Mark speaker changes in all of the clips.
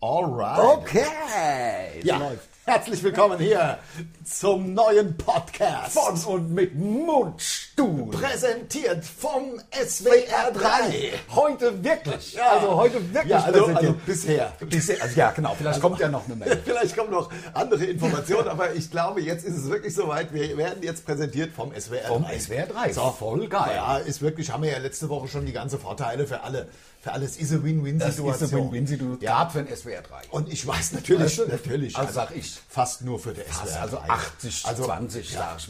Speaker 1: Alright.
Speaker 2: Okay.
Speaker 1: Ja,
Speaker 2: Läuft.
Speaker 1: herzlich willkommen hier zum neuen Podcast.
Speaker 2: Von und mit Mundstuhl. Äh,
Speaker 1: Präsentiert vom SWR 3.
Speaker 2: Heute wirklich.
Speaker 1: Ja.
Speaker 2: Also heute wirklich.
Speaker 1: Ja, also, also
Speaker 2: präsentiert.
Speaker 1: bisher.
Speaker 2: Diese- also, ja, genau. Vielleicht kommt ja noch eine Mail.
Speaker 1: Vielleicht kommen noch andere Informationen, aber ich glaube, jetzt ist es wirklich soweit. Wir werden jetzt präsentiert vom SWR 3.
Speaker 2: Vom SWR 3.
Speaker 1: So,
Speaker 2: Voll geil.
Speaker 1: Ja, ist wirklich, haben wir ja letzte Woche schon die ganzen Vorteile für alle. Für alles ist eine Win-Win-Situation.
Speaker 2: Das ist eine Win-Win-Situation.
Speaker 1: Ja,
Speaker 2: für den SWR 3.
Speaker 1: und ich weiß natürlich,
Speaker 2: Weißt du,
Speaker 1: natürlich.
Speaker 2: also sag ich.
Speaker 1: Fast nur für der SWR 3.
Speaker 2: Also 80,
Speaker 1: Also, äh,
Speaker 2: 20, sag ich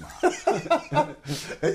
Speaker 2: mal.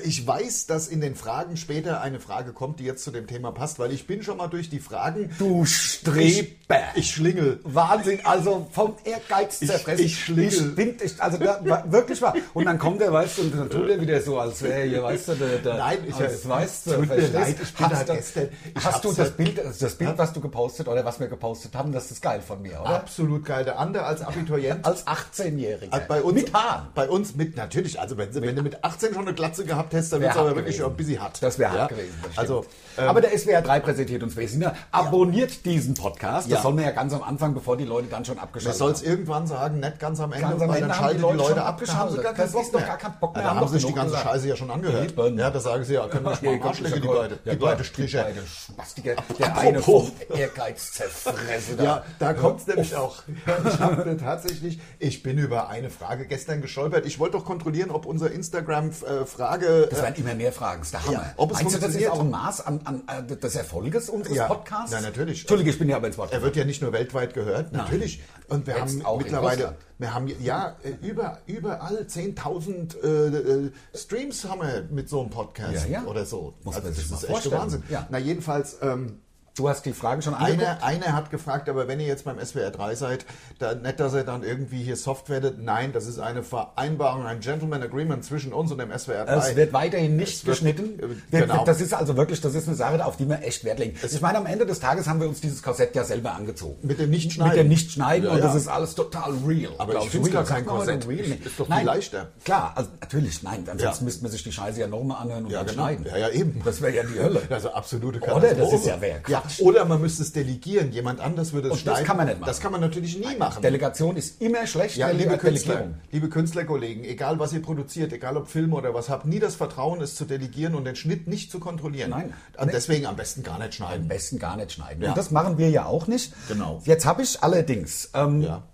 Speaker 1: Ich weiß, dass in den Fragen später eine Frage kommt, die jetzt zu dem Thema passt, weil ich bin schon mal durch die Fragen.
Speaker 2: Du Streber.
Speaker 1: Ich, ich schlingel.
Speaker 2: Wahnsinn, also vom Ehrgeiz
Speaker 1: Ich-
Speaker 2: zerfressen.
Speaker 1: ich schlingel.
Speaker 2: Ich bin echt, also da, war- wirklich wahr. Und dann kommt er, weißt du, und dann tut er wieder so, als wäre hier, weißt du, der, der
Speaker 1: Nein, ich-
Speaker 2: als, weißt du,
Speaker 1: tut mir
Speaker 2: verstehst
Speaker 1: leid, ich bin
Speaker 2: Hast
Speaker 1: halt
Speaker 2: du-
Speaker 1: gestern- ich
Speaker 2: Hast du
Speaker 1: hab's
Speaker 2: das
Speaker 1: halt-
Speaker 2: Bild, also das Bild, was du gepostet oder was wir gepostet haben, das ist geil von mir, oder?
Speaker 1: Absolut geil. Der andere als Abiturient.
Speaker 2: Als 18-Jähriger.
Speaker 1: Also bei uns,
Speaker 2: Mit Haaren.
Speaker 1: Bei uns mit, natürlich. Also wenn, wenn du mit 18 schon eine Glatze gehabt hättest, dann
Speaker 2: Wär
Speaker 1: wird es aber
Speaker 2: hart
Speaker 1: wirklich
Speaker 2: gewesen.
Speaker 1: ein bisschen hart.
Speaker 2: Das wäre hart
Speaker 1: Ja?
Speaker 2: gewesen. das stimmt.
Speaker 1: Also,
Speaker 2: Aber der SWR 3 präsentiert uns Wesina. Abonniert diesen Podcast. Das
Speaker 1: Ja.
Speaker 2: sollen wir ja ganz am Anfang, bevor die Leute dann schon
Speaker 1: man
Speaker 2: abgeschaltet
Speaker 1: soll es irgendwann sagen, nicht ganz am Ende,
Speaker 2: Ganz am
Speaker 1: weil
Speaker 2: Ende
Speaker 1: dann
Speaker 2: haben
Speaker 1: schalten
Speaker 2: die
Speaker 1: die
Speaker 2: Leute
Speaker 1: Leute, ab,
Speaker 2: schon
Speaker 1: dann haben sie
Speaker 2: abgeschaltet.
Speaker 1: gar
Speaker 2: Das
Speaker 1: keinen
Speaker 2: ist
Speaker 1: Bock
Speaker 2: doch
Speaker 1: mehr.
Speaker 2: gar kein Bock
Speaker 1: Ja,
Speaker 2: mehr,
Speaker 1: da
Speaker 2: haben
Speaker 1: haben
Speaker 2: doch
Speaker 1: sich die
Speaker 2: genug
Speaker 1: ganze
Speaker 2: gesagt.
Speaker 1: Scheiße ja schon angehört.
Speaker 2: Eben.
Speaker 1: Ja, da sagen sie ja, können wir schon
Speaker 2: Ja,
Speaker 1: mal Arschlöcher, die Leute, die Leute Striche.
Speaker 2: beide Spastiker, der eine
Speaker 1: Apropos.
Speaker 2: vom Ehrgeiz zerfressen.
Speaker 1: Ja, da kommt es nämlich auch. Ich habe tatsächlich, ich bin über eine Frage gestern gestolpert. Ich wollte doch kontrollieren, ob unser äh, Instagram-Frage.
Speaker 2: Es werden immer mehr Fragen, das ist der Hammer.
Speaker 1: Ja, ob es
Speaker 2: Meinst du, das ist
Speaker 1: funktioniert?
Speaker 2: auch ein Maß an, an, an des Erfolges unseres
Speaker 1: Ja.
Speaker 2: Podcasts?
Speaker 1: Ja, natürlich. Äh,
Speaker 2: Entschuldige, ich bin ja aber ins Wort.
Speaker 1: Er wird ja nicht nur weltweit gehört, natürlich. Und wir
Speaker 2: Jetzt
Speaker 1: haben
Speaker 2: auch in
Speaker 1: mittlerweile,
Speaker 2: Russland.
Speaker 1: wir haben ja äh, über, überall 10.000 äh, äh, Streams haben wir mit so einem Podcast
Speaker 2: Ja, ja.
Speaker 1: oder so. Also
Speaker 2: Muss man sich mal
Speaker 1: der
Speaker 2: vorstellen.
Speaker 1: Wahnsinn.
Speaker 2: Ja.
Speaker 1: Na jedenfalls. Ähm,
Speaker 2: Du hast die Fragen schon
Speaker 1: Einer, einer hat gefragt, aber wenn ihr jetzt beim SWR 3 seid, dann nicht, dass ihr dann irgendwie hier soft werdet. Nein, das ist eine Vereinbarung, ein Gentleman Agreement zwischen uns und dem SWR 3.
Speaker 2: Es wird weiterhin nicht
Speaker 1: wird-
Speaker 2: geschnitten.
Speaker 1: äh, genau.
Speaker 2: Das ist also wirklich, das ist eine Sache, auf die wir echt Wert legen. Ich meine, am Ende des Tages haben wir uns dieses Korsett ja selber angezogen.
Speaker 1: Mit dem Nicht-Schneiden.
Speaker 2: Mit dem Nicht-Schneiden
Speaker 1: Ja,
Speaker 2: und
Speaker 1: ja.
Speaker 2: das ist alles total real.
Speaker 1: Aber
Speaker 2: glaub
Speaker 1: ich find's gar
Speaker 2: Real,
Speaker 1: kein
Speaker 2: sagt man heute,
Speaker 1: Korsett.
Speaker 2: real.
Speaker 1: Ist- ist doch viel
Speaker 2: nein,
Speaker 1: leichter.
Speaker 2: Klar, also natürlich, nein.
Speaker 1: Ja.
Speaker 2: Ansonsten müsste man sich die Scheiße ja nochmal anhören und
Speaker 1: Ja,
Speaker 2: dann
Speaker 1: genau.
Speaker 2: schneiden.
Speaker 1: Ja, ja, eben.
Speaker 2: Das wäre ja die Hölle.
Speaker 1: also absolute
Speaker 2: Oder?
Speaker 1: Katastrophe.
Speaker 2: Das ist ja wer
Speaker 1: ja,
Speaker 2: Quatsch.
Speaker 1: Oder man müsste es delegieren. Jemand anders würde es
Speaker 2: Und das kann man nicht machen.
Speaker 1: Das kann man natürlich nie machen.
Speaker 2: Delegation ist immer schlecht.
Speaker 1: Ja,
Speaker 2: Dele-
Speaker 1: liebe Künstler,
Speaker 2: Delegierung.
Speaker 1: liebe Künstlerkollegen, egal was ihr produziert, egal ob Film oder was, habt nie das Vertrauen, es zu delegieren und den Schnitt nicht zu kontrollieren.
Speaker 2: Nein.
Speaker 1: Und deswegen am besten gar nicht
Speaker 2: Am
Speaker 1: schneiden.
Speaker 2: besten gar nicht schneiden.
Speaker 1: Ja.
Speaker 2: Und das machen wir ja auch nicht.
Speaker 1: Genau.
Speaker 2: Jetzt habe ich allerdings ähm,
Speaker 1: Ja.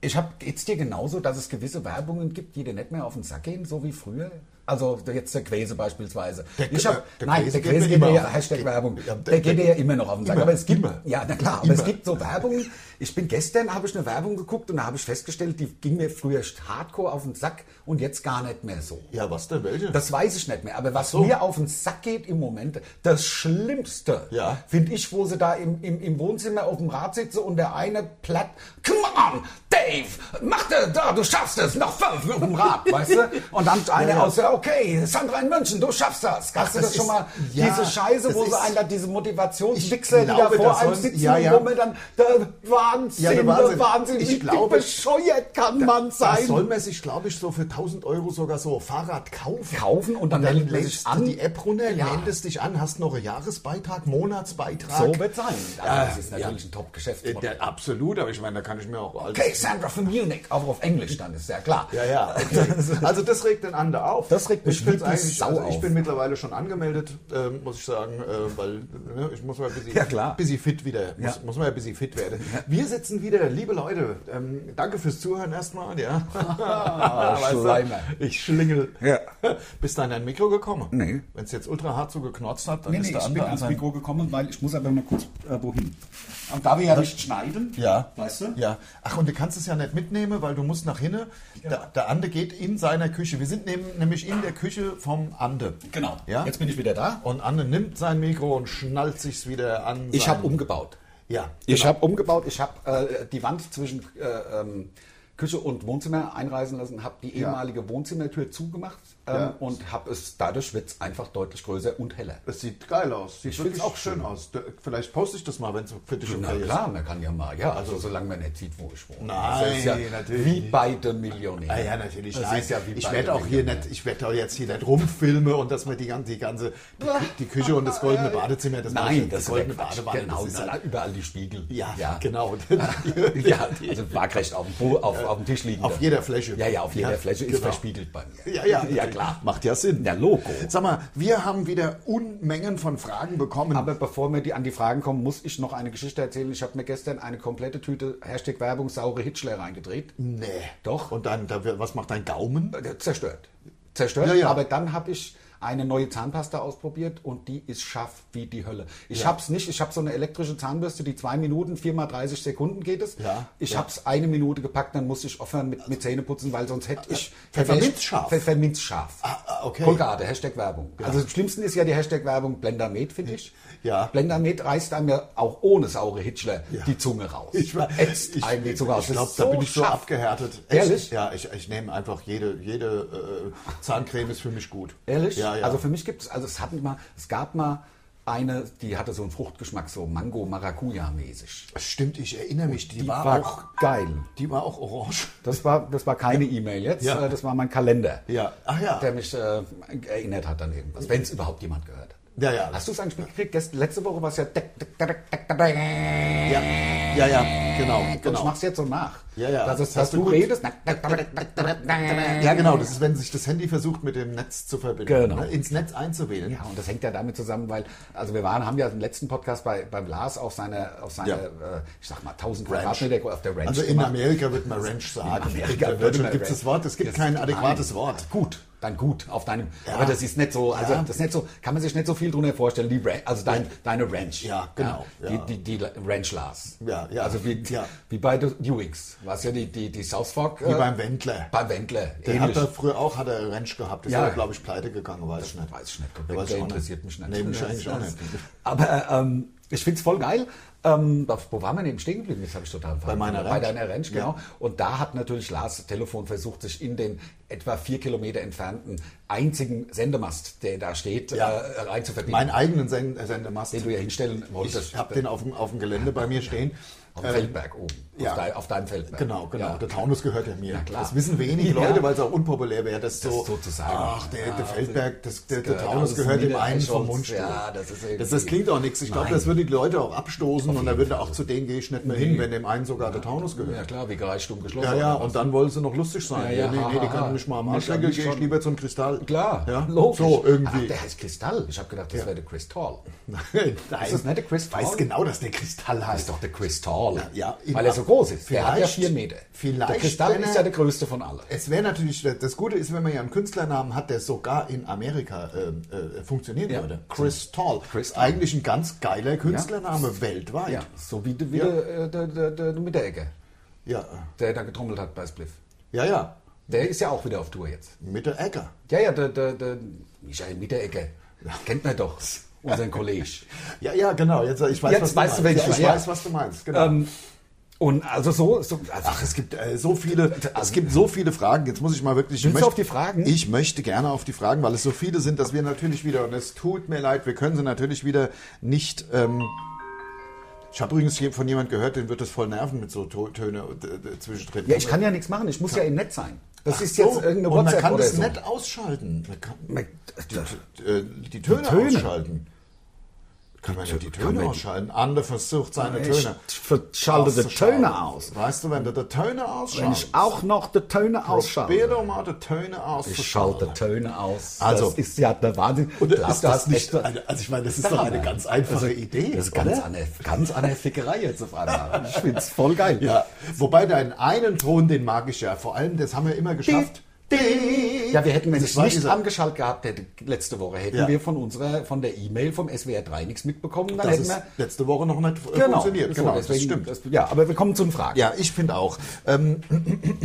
Speaker 2: Ich habe geht's dir genauso, dass es gewisse Werbungen gibt, die dir nicht mehr auf den Sack gehen, so wie früher? Also jetzt der Quäse beispielsweise.
Speaker 1: Der-
Speaker 2: ich
Speaker 1: äh,
Speaker 2: hab,
Speaker 1: der
Speaker 2: nein,
Speaker 1: Quäse
Speaker 2: der
Speaker 1: geht
Speaker 2: Quäse
Speaker 1: mir
Speaker 2: geht mir
Speaker 1: immer
Speaker 2: ja,
Speaker 1: auf-
Speaker 2: Hashtag
Speaker 1: geht-
Speaker 2: Werbung.
Speaker 1: ja,
Speaker 2: der
Speaker 1: der-
Speaker 2: geht dir ja immer noch auf den Sack.
Speaker 1: Immer,
Speaker 2: aber es gibt,
Speaker 1: immer.
Speaker 2: ja, na klar, aber
Speaker 1: Immer.
Speaker 2: es gibt so Werbungen. Ich bin gestern, habe ich eine Werbung geguckt und da habe ich festgestellt, die ging mir früher hardcore auf den Sack und jetzt gar nicht mehr so.
Speaker 1: Ja, was denn? Welche?
Speaker 2: Das weiß ich nicht mehr. Aber was
Speaker 1: so.
Speaker 2: mir auf den Sack geht im Moment, das Schlimmste,
Speaker 1: Ja.
Speaker 2: finde ich, wo sie da im, im, im Wohnzimmer auf dem Rad sitze und der eine platt, come on, Dave, mach das da, du schaffst es, noch fünf auf dem Rad, weißt du? Und dann einer
Speaker 1: ja.
Speaker 2: aus, der, okay, Sandra in München, du schaffst das. Hast du das,
Speaker 1: das
Speaker 2: schon
Speaker 1: ist-
Speaker 2: mal,
Speaker 1: ja,
Speaker 2: diese Scheiße,
Speaker 1: das
Speaker 2: wo sie
Speaker 1: ist-
Speaker 2: einen da, diese Motivationswichser, die da
Speaker 1: glaube,
Speaker 2: vor
Speaker 1: das
Speaker 2: einem
Speaker 1: sollen-
Speaker 2: sitzen,
Speaker 1: ja, ja.
Speaker 2: wo man dann, der Wahnsinn,
Speaker 1: Ja,
Speaker 2: der
Speaker 1: der
Speaker 2: Wahnsinn,
Speaker 1: Wahnsinn.
Speaker 2: wie
Speaker 1: Ich
Speaker 2: dick
Speaker 1: glaube,
Speaker 2: bescheuert kann man sein.
Speaker 1: Da soll man sich, glaube ich, so für 1000 Euro sogar so ein Fahrrad kaufen.
Speaker 2: Kaufen und dann meldet man sich
Speaker 1: lädst
Speaker 2: an.
Speaker 1: du die App runter,
Speaker 2: Ja.
Speaker 1: meldest dich an, hast noch einen Jahresbeitrag, Monatsbeitrag.
Speaker 2: So wird sein. Also, das ist
Speaker 1: Äh,
Speaker 2: natürlich ein Top-Geschäftsmodell.
Speaker 1: absolut, aber ich meine, da kann ich mir auch alles...
Speaker 2: Okay, Sandra von Munich, auch auf Englisch dann, ist ja klar.
Speaker 1: Ja, ja. Okay. Also das regt einander auf.
Speaker 2: Das regt mich
Speaker 1: ich find's
Speaker 2: wirklich
Speaker 1: eigentlich,
Speaker 2: sau
Speaker 1: also
Speaker 2: auf.
Speaker 1: Ich bin mittlerweile schon angemeldet, ähm, muss ich sagen, äh, weil ne, ich muss mal ein bisschen,
Speaker 2: Ja, klar.
Speaker 1: bisschen fit wieder, muss,
Speaker 2: Ja.
Speaker 1: muss mal ein bisschen fit werden. Wir sitzen wieder, liebe Leute, ähm, danke fürs Zuhören erstmal. Ja. Weißt du,
Speaker 2: Ah, Schleimer.
Speaker 1: ich schlingel.
Speaker 2: Ja.
Speaker 1: Bist du an dein Mikro gekommen?
Speaker 2: Nee.
Speaker 1: Wenn es jetzt ultra hart so geknotzt hat, dann
Speaker 2: Nee,
Speaker 1: ist
Speaker 2: nee,
Speaker 1: der
Speaker 2: ich bin
Speaker 1: andere
Speaker 2: ans
Speaker 1: an seinem-
Speaker 2: Mikro gekommen, weil ich muss aber mal kurz äh, wohin. Und da wir ja nicht schneiden,
Speaker 1: Ja.
Speaker 2: weißt du?
Speaker 1: Ja. Ach, und du kannst es ja nicht mitnehmen, weil du musst nach hinten. Der, der Ande geht in seiner Küche. Wir sind neben, nämlich in der Küche vom Ande.
Speaker 2: Genau.
Speaker 1: Ja?
Speaker 2: Jetzt bin ich wieder da.
Speaker 1: Und Anne nimmt sein Mikro und schnallt sich's wieder an.
Speaker 2: Ich
Speaker 1: sein-
Speaker 2: habe umgebaut.
Speaker 1: Ja.
Speaker 2: Ich habe umgebaut, ich habe äh, die Wand zwischen äh, ähm, Küche und Wohnzimmer einreißen lassen, habe die ehemalige Wohnzimmertür zugemacht, ähm,
Speaker 1: Ja.
Speaker 2: und habe es dadurch wird es einfach deutlich größer und heller.
Speaker 1: Es sieht geil aus. Sieht
Speaker 2: Ich
Speaker 1: wirklich
Speaker 2: find's auch
Speaker 1: schön
Speaker 2: schön.
Speaker 1: aus. D- Vielleicht poste ich das mal, wenn es für dich
Speaker 2: Na
Speaker 1: okay ist.
Speaker 2: klar, man kann ja mal, ja, also solange man nicht sieht, wo ich wohne.
Speaker 1: Nein,
Speaker 2: Das ist ja
Speaker 1: natürlich
Speaker 2: Wie
Speaker 1: nicht.
Speaker 2: bei den Millionären.
Speaker 1: Ah ja, natürlich.
Speaker 2: Das
Speaker 1: Nein,
Speaker 2: ist ja wie
Speaker 1: ich
Speaker 2: bei
Speaker 1: werde
Speaker 2: den
Speaker 1: auch hier
Speaker 2: Millionären.
Speaker 1: nicht, ich werde auch jetzt hier nicht rumfilme und dass man die ganze, die ganze, die, die Küche und das goldene Badezimmer, Ah. das mache ich
Speaker 2: Nein,
Speaker 1: nicht.
Speaker 2: das ist
Speaker 1: die goldene
Speaker 2: Quatsch.
Speaker 1: Badewanne,
Speaker 2: Genau,
Speaker 1: das ist
Speaker 2: na,
Speaker 1: halt,
Speaker 2: überall die Spiegel.
Speaker 1: ja, genau.
Speaker 2: ja, also waagrecht auf dem, Po- auf, auf dem Tisch liegen.
Speaker 1: Auf jeder Fläche.
Speaker 2: Ja, ja, auf jeder
Speaker 1: Ja,
Speaker 2: Fläche ist
Speaker 1: genau.
Speaker 2: verspiegelt bei mir.
Speaker 1: Ja, ja,
Speaker 2: ja klar.
Speaker 1: Macht ja Sinn.
Speaker 2: Ja, Logo.
Speaker 1: Sag mal, wir haben wieder Unmengen von Fragen bekommen.
Speaker 2: Aber bevor wir die, an die Fragen kommen, muss ich noch eine Geschichte erzählen. Ich habe mir gestern eine komplette Tüte Hashtag Werbung saure Hitchler reingedreht.
Speaker 1: nee.
Speaker 2: Doch.
Speaker 1: Und dann, da, was macht dein Gaumen?
Speaker 2: Äh, Zerstört. Zerstört,
Speaker 1: Ja, ja.
Speaker 2: aber dann habe ich eine neue Zahnpasta ausprobiert und die ist scharf wie die Hölle. Ich habe es nicht, ich habe so eine elektrische Zahnbürste, die zwei Minuten, viermal 30 Sekunden geht es.
Speaker 1: Ja,
Speaker 2: ich
Speaker 1: ja.
Speaker 2: habe es eine Minute gepackt, dann musste ich aufhören mit, mit Zähneputzen, weil sonst hätte ich...
Speaker 1: Äh, Pfefferminzscharf.
Speaker 2: Pfefferminzscharf.
Speaker 1: ah, okay.
Speaker 2: Colgate, Hashtag Werbung. Also am schlimmsten ist ja die Hashtag Werbung Blendermet, finde ich.
Speaker 1: Ja.
Speaker 2: Blendermet reißt einem ja auch ohne saure Hitchler
Speaker 1: Ja.
Speaker 2: die Zunge raus.
Speaker 1: war-
Speaker 2: Ätzt einem die Zunge
Speaker 1: ich
Speaker 2: raus. Das
Speaker 1: glaube,
Speaker 2: ist
Speaker 1: da bin ich so
Speaker 2: scharf.
Speaker 1: abgehärtet. Echt?
Speaker 2: Ehrlich?
Speaker 1: Ja, ich, ich nehme einfach jede, jede äh, Zahncreme ist für mich gut.
Speaker 2: Ehrlich?
Speaker 1: Ja, ja.
Speaker 2: Also für mich gibt es, also es hatten mal, es gab mal eine, die hatte so einen Fruchtgeschmack, so Mango-Maracuja-mäßig.
Speaker 1: Stimmt, ich erinnere mich, die, war, auch,
Speaker 2: geil.
Speaker 1: die war auch orange.
Speaker 2: Das war, das war keine E-Mail jetzt,
Speaker 1: Ja.
Speaker 2: äh, das war mein Kalender,
Speaker 1: Ja, ach ja.
Speaker 2: der mich äh, erinnert hat an irgendwas, wenn es überhaupt jemand gehört hat.
Speaker 1: Ja, ja.
Speaker 2: Hast du es eigentlich mitgekriegt? Gest- Letzte Woche war es ja... deck, deck, deck, deck, deck, deck.
Speaker 1: ja, ja, ja, genau,
Speaker 2: Und ich
Speaker 1: genau.
Speaker 2: mach's jetzt so nach.
Speaker 1: Ja, ja.
Speaker 2: Dass,
Speaker 1: Das
Speaker 2: es, dass
Speaker 1: hast du
Speaker 2: du
Speaker 1: gut.
Speaker 2: redest.
Speaker 1: Ja, genau, das ist, wenn sich das Handy versucht, mit dem Netz zu verbinden,
Speaker 2: Genau.
Speaker 1: ne? ins Netz einzuwählen.
Speaker 2: Ja, und das hängt ja damit zusammen, weil, also wir waren, haben ja im letzten Podcast bei, beim Lars auf seiner, auf seiner,
Speaker 1: Ja.
Speaker 2: äh, ich sag mal, 1000
Speaker 1: Ranch.
Speaker 2: Quadratmeter auf der Ranch.
Speaker 1: Also in
Speaker 2: gemacht.
Speaker 1: Amerika wird man Ranch sagen.
Speaker 2: Amerika
Speaker 1: In
Speaker 2: würde
Speaker 1: Deutschland
Speaker 2: man
Speaker 1: gibt es
Speaker 2: Ranch.
Speaker 1: das Wort, es gibt
Speaker 2: Das-
Speaker 1: kein adäquates Wort.
Speaker 2: Gut, dann gut, auf deinem,
Speaker 1: Ja.
Speaker 2: aber das ist nicht so, also
Speaker 1: Ja.
Speaker 2: das ist nicht so, kann man sich nicht so viel drunter vorstellen, die Ranch, also dein, deine Ranch.
Speaker 1: Ja, genau, ja.
Speaker 2: Die, die, die Ranch Lars.
Speaker 1: Ja, ja.
Speaker 2: Also wie,
Speaker 1: Ja.
Speaker 2: wie bei den Ewings, was ja die, die, die South Fork. äh,
Speaker 1: Wie beim Wendler.
Speaker 2: Beim Wendler.
Speaker 1: Der hat
Speaker 2: ähnlich.
Speaker 1: da früher auch hat er Ranch gehabt. Ist
Speaker 2: Ja.
Speaker 1: aber, glaube ich, pleite gegangen, weiß ich nicht.
Speaker 2: Weiß ich nicht.
Speaker 1: Ja, weiß
Speaker 2: der
Speaker 1: ich auch
Speaker 2: interessiert
Speaker 1: nicht.
Speaker 2: mich nicht.
Speaker 1: Nee, mich eigentlich auch nicht.
Speaker 2: Aber ähm, ich finde es voll geil. Ähm, auf- wo waren wir denn eben stehen geblieben? Das habe ich total vergessen.
Speaker 1: meiner
Speaker 2: Bei
Speaker 1: Ranch.
Speaker 2: deiner Ranch, genau. Und da hat natürlich Lars Telefon versucht, sich in den etwa vier Kilometer entfernten einzigen Sendemast, der da steht,
Speaker 1: Ja.
Speaker 2: äh, reinzuverbinden.
Speaker 1: Meinen eigenen Send Sendemast.
Speaker 2: den du ja hinstellen wolltest.
Speaker 1: Ich habe den auf dem, auf dem Gelände bei mir stehen.
Speaker 2: auf dem
Speaker 1: Äh,
Speaker 2: Feldberg oben.
Speaker 1: ja.
Speaker 2: Auf, dein, auf deinem Feldberg.
Speaker 1: Genau, genau.
Speaker 2: Ja.
Speaker 1: Der Taunus gehört ja mir.
Speaker 2: klar.
Speaker 1: Das wissen wenige
Speaker 2: Ja.
Speaker 1: Leute, weil es auch unpopulär wäre, das, so,
Speaker 2: so zu sagen.
Speaker 1: Ach, der, der Feldberg, das, der, der
Speaker 2: gehört
Speaker 1: Taunus
Speaker 2: alles
Speaker 1: gehört dem
Speaker 2: nieder-
Speaker 1: einen vom
Speaker 2: schon-
Speaker 1: Mundstuhl.
Speaker 2: Ja, das ist irgendwie-
Speaker 1: das, das klingt auch nichts. Ich glaube,
Speaker 2: Nein.
Speaker 1: das würde die Leute auch abstoßen und da würde auch zu denen gehe ich nicht mehr hin, wenn dem einen sogar der Taunus gehört.
Speaker 2: Ja klar, wie gereicht um geschlossen.
Speaker 1: Ja, ja, und dann wollen sie noch lustig sein.
Speaker 2: Ja, ja,
Speaker 1: nee, nee,
Speaker 2: ha,
Speaker 1: die
Speaker 2: ha,
Speaker 1: kann
Speaker 2: ha.
Speaker 1: mich mal am
Speaker 2: Nicht
Speaker 1: Arsch
Speaker 2: an
Speaker 1: lecken,
Speaker 2: mich
Speaker 1: gehe ich
Speaker 2: schon.
Speaker 1: lieber zum Kristall.
Speaker 2: Klar,
Speaker 1: ja,
Speaker 2: logisch.
Speaker 1: So,
Speaker 2: Ach,
Speaker 1: irgendwie.
Speaker 2: der heißt Kristall. Ich habe gedacht, das wäre der Kristall.
Speaker 1: Nein,
Speaker 2: Ist das nicht der Chris
Speaker 1: weiß
Speaker 2: Paul?
Speaker 1: genau, dass der Kristall
Speaker 2: Das ist
Speaker 1: heißt.
Speaker 2: doch der Kristall.
Speaker 1: Ja, ja,
Speaker 2: weil er so groß ist. Der
Speaker 1: vielleicht-
Speaker 2: hat ja vier Meter.
Speaker 1: vielleicht,
Speaker 2: der Kristall
Speaker 1: wenn er-
Speaker 2: ist ja der größte von allen.
Speaker 1: Es wäre natürlich, das Gute ist, wenn man ja einen Künstlernamen hat, der sogar in Amerika ähm, äh, funktionieren
Speaker 2: Ja.
Speaker 1: würde. Hm. Chris Tall.
Speaker 2: Chris Tall.
Speaker 1: Eigentlich ein ganz geiler Künstlername weltweit.
Speaker 2: Ja,
Speaker 1: Ja.
Speaker 2: so wie, de, wie
Speaker 1: Ja.
Speaker 2: der, äh, der, der, der Mitteregger,
Speaker 1: ja,
Speaker 2: der da getrommelt hat bei Spliff.
Speaker 1: ja, ja.
Speaker 2: Der ist ja auch wieder auf Tour jetzt.
Speaker 1: Mit der Ecker.
Speaker 2: Ja, ja, der, der, der Michael Mitteregger. Kennt man doch, unseren Kollege.
Speaker 1: Ja, ja, genau. Jetzt, ich weiß,
Speaker 2: Jetzt
Speaker 1: was
Speaker 2: weißt du,
Speaker 1: du meinst.
Speaker 2: welchen
Speaker 1: ja, ich
Speaker 2: ich meine.
Speaker 1: weiß, was du meinst. Genau.
Speaker 2: Ähm, und also so, so also
Speaker 1: Ach, es gibt äh, so viele, es gibt so viele Fragen. Jetzt muss ich mal wirklich. ich
Speaker 2: Willst du
Speaker 1: möchte-
Speaker 2: auf die Fragen?
Speaker 1: Ich möchte gerne auf die Fragen, weil es so viele sind, dass wir natürlich wieder. Und es tut mir leid, wir können sie natürlich wieder nicht. Ähm, ich habe übrigens hier von jemand gehört, den wird das voll nerven mit so To- Töne und, äh, äh, zwischendrin.
Speaker 2: ja, ich kann ja nichts machen. Ich muss ja im Netz sein. Das ist
Speaker 1: so,
Speaker 2: jetzt irgendeine
Speaker 1: Oh, und man
Speaker 2: WhatsApp
Speaker 1: kann
Speaker 2: oder
Speaker 1: das
Speaker 2: so.
Speaker 1: nett ausschalten. Man kann
Speaker 2: Man-
Speaker 1: die, äh, die Töne,
Speaker 2: Töne.
Speaker 1: ausschalten. Kann man ja die
Speaker 2: Kann man
Speaker 1: Töne
Speaker 2: die-
Speaker 1: ausschalten. Ander versucht seine
Speaker 2: Ich
Speaker 1: Töne.
Speaker 2: schalte die
Speaker 1: auszuschalten.
Speaker 2: Töne aus.
Speaker 1: Weißt du, wenn du die Töne ausschaltest.
Speaker 2: Wenn ich auch noch die Töne
Speaker 1: Probier
Speaker 2: ausschalte.
Speaker 1: doch mal die Töne
Speaker 2: Ich schalte
Speaker 1: auszuschalten.
Speaker 2: Töne aus.
Speaker 1: Also-
Speaker 2: das ist ja der Wahnsinn.
Speaker 1: Oder
Speaker 2: Lars,
Speaker 1: ist
Speaker 2: du
Speaker 1: das
Speaker 2: hast
Speaker 1: nicht
Speaker 2: echt-
Speaker 1: eine, also ich meine, das ist
Speaker 2: Da
Speaker 1: doch
Speaker 2: haben
Speaker 1: eine
Speaker 2: wir.
Speaker 1: ganz einfache Idee.
Speaker 2: Das ist ganz
Speaker 1: oder?
Speaker 2: an, der, ganz an der Fickerei jetzt auf einmal. Ich finde es voll geil.
Speaker 1: Ja, wobei deinen einen Ton, den mag ich ja. Vor allem, das haben wir immer geschafft.
Speaker 2: Ja, wir hätten, wenn
Speaker 1: Das
Speaker 2: ich
Speaker 1: war
Speaker 2: nicht
Speaker 1: dieser-
Speaker 2: angeschaltet gehabt hätte letzte Woche, hätten
Speaker 1: Ja.
Speaker 2: wir von unserer, von der E-Mail vom SWR 3 nichts mitbekommen. Dann
Speaker 1: Das
Speaker 2: hätten
Speaker 1: ist
Speaker 2: wir
Speaker 1: letzte Woche noch nicht äh, funktioniert.
Speaker 2: so,
Speaker 1: Genau, das
Speaker 2: deswegen-
Speaker 1: stimmt.
Speaker 2: Das, ja, aber wir kommen zu den Fragen.
Speaker 1: Ja, ich finde auch. Ähm,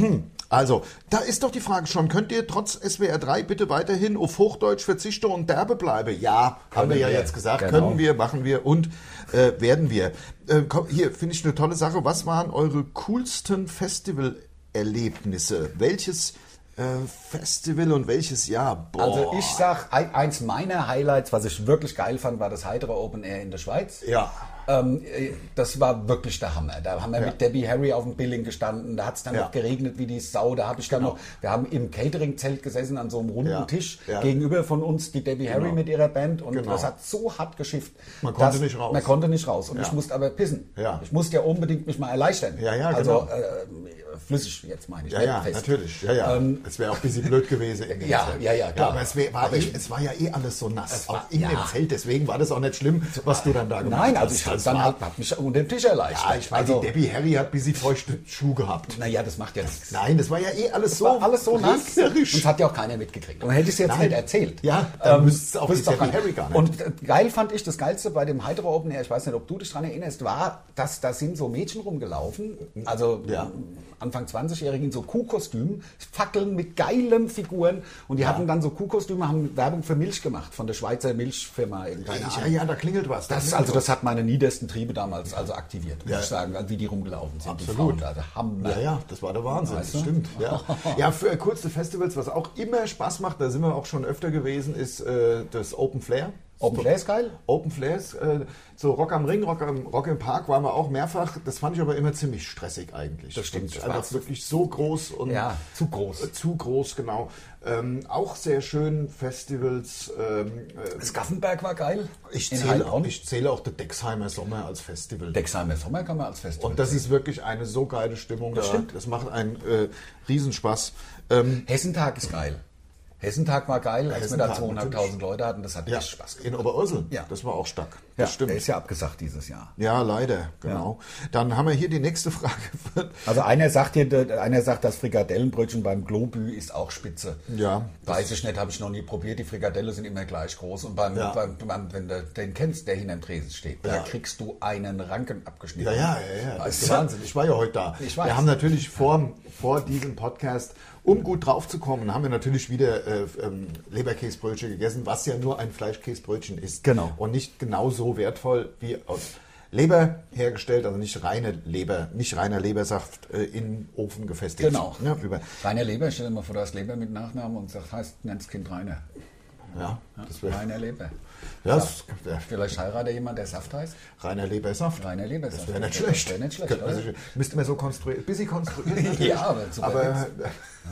Speaker 1: also, da ist doch die Frage schon, könnt ihr trotz SWR 3 bitte weiterhin auf Hochdeutsch verzichte und derbe bleibe? Ja, haben wir ja
Speaker 2: wir.
Speaker 1: jetzt gesagt,
Speaker 2: Genau.
Speaker 1: können wir, machen wir und äh, werden wir. Äh, komm, hier finde ich eine tolle Sache. Was waren eure coolsten Festivalerlebnisse? Welches äh, äh, Festival und welches Jahr? Boah.
Speaker 2: Also ich sag, ein- eins meiner Highlights, was ich wirklich geil fand, war das heitere Open Air in der Schweiz.
Speaker 1: Ja.
Speaker 2: Ähm, äh, das war wirklich der Hammer. Da haben wir
Speaker 1: Ja.
Speaker 2: mit Debbie Harry auf dem Billing gestanden. Da hat es dann
Speaker 1: Ja. Genau.
Speaker 2: noch geregnet wie die Sau. Da habe ich dann noch, wir haben im Catering-Zelt gesessen an so einem runden
Speaker 1: Ja.
Speaker 2: Tisch.
Speaker 1: Ja.
Speaker 2: Gegenüber von uns die Debbie Harry mit ihrer Band. Und
Speaker 1: Genau.
Speaker 2: das hat so hart geschifft.
Speaker 1: Man konnte
Speaker 2: dass-
Speaker 1: nicht raus.
Speaker 2: Man konnte nicht raus. Und
Speaker 1: Ja.
Speaker 2: ich musste aber pissen.
Speaker 1: Ja.
Speaker 2: Ich musste ja unbedingt mich mal erleichtern.
Speaker 1: Ja, ja,
Speaker 2: also
Speaker 1: genau.
Speaker 2: äh, flüssig jetzt meine ich.
Speaker 1: Ja, ja,
Speaker 2: Äh, fest.
Speaker 1: natürlich. Ja, ja.
Speaker 2: Ähm,
Speaker 1: es wäre auch ein bisschen blöd gewesen. In dem
Speaker 2: Ja,
Speaker 1: Zelt.
Speaker 2: ja, ja,
Speaker 1: ja
Speaker 2: klar.
Speaker 1: aber es, wär, war eh- es war ja eh alles so nass. Auch in
Speaker 2: ja.
Speaker 1: dem Zelt. Deswegen war das auch nicht schlimm, was du dann da gemacht hast.
Speaker 2: Nein, also ich habe
Speaker 1: Das
Speaker 2: dann
Speaker 1: war-
Speaker 2: halt, hab mich unter dem Tisch erleichtert.
Speaker 1: Ja, ich weiß,
Speaker 2: also,
Speaker 1: die Debbie Harry hat ein bisschen feuchte Schuh gehabt.
Speaker 2: Naja, das macht ja nichts.
Speaker 1: Nein, das war ja eh alles so,
Speaker 2: War alles so nass. Und
Speaker 1: regnerisch.
Speaker 2: es hat ja auch keiner mitgekriegt. Und hätte ich es jetzt
Speaker 1: Nein.
Speaker 2: nicht erzählt. Ähm,
Speaker 1: Ja, dann müsste es auch die
Speaker 2: wüsste
Speaker 1: Debbie Harry gar nicht.
Speaker 2: Und äh, geil fand ich, das Geilste bei dem Hydra Open Air, ich weiß nicht, ob du dich dran erinnerst, war, dass da sind so Mädchen rumgelaufen, also
Speaker 1: Ja.
Speaker 2: Anfang 20-Jährigen, in so Kuhkostümen, Fackeln mit geilen Figuren. Und die hatten dann so Kuhkostüme, haben Werbung für Milch gemacht, von der Schweizer Milchfirma. Keine
Speaker 1: ja,
Speaker 2: Ahnung.
Speaker 1: ja, da klingelt was. Da
Speaker 2: Das, ist
Speaker 1: klingelt
Speaker 2: also, das hat meine niedersten Triebe damals also aktiviert, muss
Speaker 1: Ja.
Speaker 2: ich sagen, wie die rumgelaufen sind. Die
Speaker 1: Absolut.
Speaker 2: Frauen, also Hammer.
Speaker 1: Ja, ja, das war der Wahnsinn,
Speaker 2: Weißt
Speaker 1: das
Speaker 2: du?
Speaker 1: stimmt. Ja. ja, für kurze Festivals, was auch immer Spaß macht, da sind wir auch schon öfter gewesen, ist äh, das Open Flair.
Speaker 2: Open Flair ist geil.
Speaker 1: Open Flairs, äh, so Rock am Ring, Rock, am, Rock im Park waren wir auch mehrfach. Das fand ich aber immer ziemlich stressig eigentlich.
Speaker 2: Das stimmt,
Speaker 1: Und
Speaker 2: das
Speaker 1: einfach
Speaker 2: war's.
Speaker 1: wirklich so groß und
Speaker 2: Ja, zu groß.
Speaker 1: zu groß, genau. Ähm, auch sehr schön Festivals. Ähm, äh,
Speaker 2: Skaffenberg war geil.
Speaker 1: ich,
Speaker 2: In
Speaker 1: zähle,
Speaker 2: Heilbronn.
Speaker 1: ich zähle auch den Dexheimer Sommer als Festival.
Speaker 2: Dexheimer Sommer kann man als Fest.
Speaker 1: Und das ist wirklich eine so geile Stimmung. Das, da.
Speaker 2: stimmt.
Speaker 1: das macht einen äh, Riesenspaß. Ähm,
Speaker 2: Hessentag ist geil. Hessentag war geil, als wir da
Speaker 1: Hessentag,
Speaker 2: 200.000
Speaker 1: natürlich.
Speaker 2: Leute hatten. Das hat
Speaker 1: ja,
Speaker 2: echt Spaß gemacht.
Speaker 1: in Oberursel.
Speaker 2: Ja.
Speaker 1: Das war auch stark.
Speaker 2: Ja,
Speaker 1: Das stimmt.
Speaker 2: Der ist ja abgesagt dieses Jahr.
Speaker 1: Ja, leider, genau. Dann haben wir hier die nächste Frage.
Speaker 2: Also einer sagt hier, der- einer sagt, das Frikadellenbrötchen beim Globü ist auch spitze.
Speaker 1: Ja.
Speaker 2: Weiß ich nicht, habe ich noch nie probiert. Die Frikadelle sind immer gleich groß. Und beim,
Speaker 1: Ja.
Speaker 2: beim, beim wenn du den kennst, der hinterm Tresen steht, da
Speaker 1: Ja.
Speaker 2: kriegst du einen Ranken abgeschnitten.
Speaker 1: Ja, ja, ja, ja. Das
Speaker 2: Weißt
Speaker 1: ist
Speaker 2: du?
Speaker 1: Wahnsinn. Ich war ja heute da.
Speaker 2: Ich weiß.
Speaker 1: Wir haben natürlich vor, vor diesem Podcast, um gut drauf zu kommen, haben wir natürlich wieder äh, ähm, Leberkäsebrötchen gegessen, was ja nur ein Fleischkäsebrötchen ist.
Speaker 2: Genau.
Speaker 1: Und nicht genauso wertvoll wie aus Leber hergestellt, also nicht reine Leber, nicht reiner Lebersaft äh, in Ofen gefestigt.
Speaker 2: Genau.
Speaker 1: Ja, über,
Speaker 2: Rainer Leber, stell dir mal vor, du hast Leber mit Nachnamen und sagt, heißt, nennst Kind Rainer.
Speaker 1: ja, das wäre.
Speaker 2: Rainer Leber.
Speaker 1: Ja, das, ja,
Speaker 2: Vielleicht heiratet jemand, der Saft heißt.
Speaker 1: reiner Lebersaft.
Speaker 2: Rainer Leber.
Speaker 1: Das wäre nicht schlecht.
Speaker 2: Das wäre nicht schlecht,
Speaker 1: Könnte man
Speaker 2: oder?
Speaker 1: sich- Müsste man so konstruieren. Bisschen konstruieren. natürlich.
Speaker 2: Ja, aber super
Speaker 1: Aber,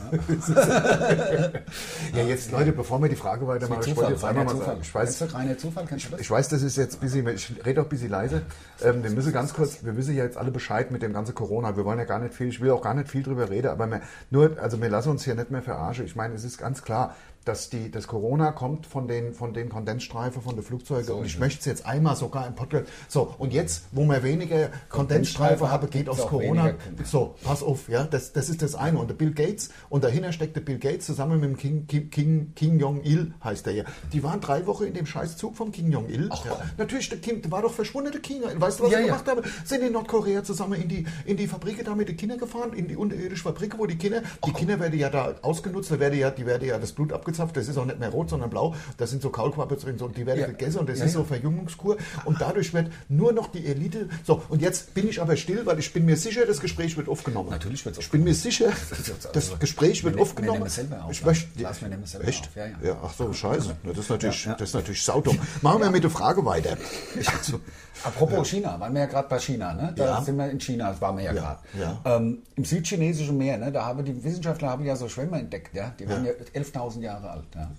Speaker 1: äh, ja, jetzt, Leute, bevor wir die Frage weitermachen, ich wollte jetzt
Speaker 2: reiner
Speaker 1: einmal mal sagen,
Speaker 2: Zufall.
Speaker 1: ich weiß,
Speaker 2: Kennst du reiner Zufall, kennst du das?
Speaker 1: ich weiß, das ist jetzt ein bisschen, ich rede auch ein bisschen leise. Ähm, wir müssen ganz kurz, wir wissen ja jetzt alle Bescheid mit dem ganzen Corona. Wir wollen ja gar nicht viel, ich will auch gar nicht viel drüber reden, aber wir, nur, also wir lassen uns hier nicht mehr verarschen. Ich meine, es ist ganz klar, dass die, das Corona kommt von den, von den Kondensstreifen, von den Flugzeugen. und ich möchte es jetzt einmal sogar im Podcast. So, und jetzt, wo wir weniger Kondensstreifen
Speaker 2: Kondensstreifen
Speaker 1: haben,
Speaker 2: haben,
Speaker 1: geht
Speaker 2: gibt's
Speaker 1: aufs
Speaker 2: auch
Speaker 1: Corona.
Speaker 2: weniger Kondens-
Speaker 1: So, pass auf, ja, das, das ist das eine. Und der Bill Gates, und dahinter steckt der Bill Gates zusammen mit dem King, Kim- King, King Jong-il, heißt der ja. Die waren drei Wochen in dem Scheißzug vom King Jong-il. ja. Natürlich, der Kim, der war doch verschwunden, der King. Weißt du, was
Speaker 2: Ja,
Speaker 1: sie
Speaker 2: ja.
Speaker 1: gemacht haben? Sind in Nordkorea zusammen in die, in die Fabrike da mit den Kindern gefahren, in die unterirdische Fabrik, wo die Kinder, die Kinder werden ja da ausgenutzt, da werde ja, die werden ja das Blut abgezapft, das ist auch nicht mehr rot, sondern blau. Da sind so Kaulquappe drin, so, und die werden
Speaker 2: Ja.
Speaker 1: gegessen und das
Speaker 2: Ja,
Speaker 1: ist
Speaker 2: ja.
Speaker 1: so Verjüngungskur und dadurch wird nur noch die Elite. So, und jetzt bin ich aber still, weil ich bin mir sicher, das Gespräch wird aufgenommen.
Speaker 2: Natürlich wird's
Speaker 1: Ich bin mir sicher,
Speaker 2: jetzt
Speaker 1: das
Speaker 2: also-
Speaker 1: Gespräch wird
Speaker 2: Wir ne- wir
Speaker 1: aufgenommen.
Speaker 2: nehmen es selber auf,
Speaker 1: Ich
Speaker 2: ja.
Speaker 1: möchte.
Speaker 2: Lars, wir nehmen es selber
Speaker 1: Echt?
Speaker 2: auf, ja, ja.
Speaker 1: ach so, scheiße. Na, Das ist natürlich, das ist natürlich saudumm. Machen wir mit der Frage weiter. Also,
Speaker 2: Apropos China, waren wir ja gerade bei China, ne? Da
Speaker 1: Ja.
Speaker 2: sind wir in China, waren wir ja,
Speaker 1: ja.
Speaker 2: gerade. Ähm, Im südchinesischen Meer, ne? Da haben die Wissenschaftler haben ja so Schwämme entdeckt, ja? Die waren ja, 11.000 Jahre alt, ja.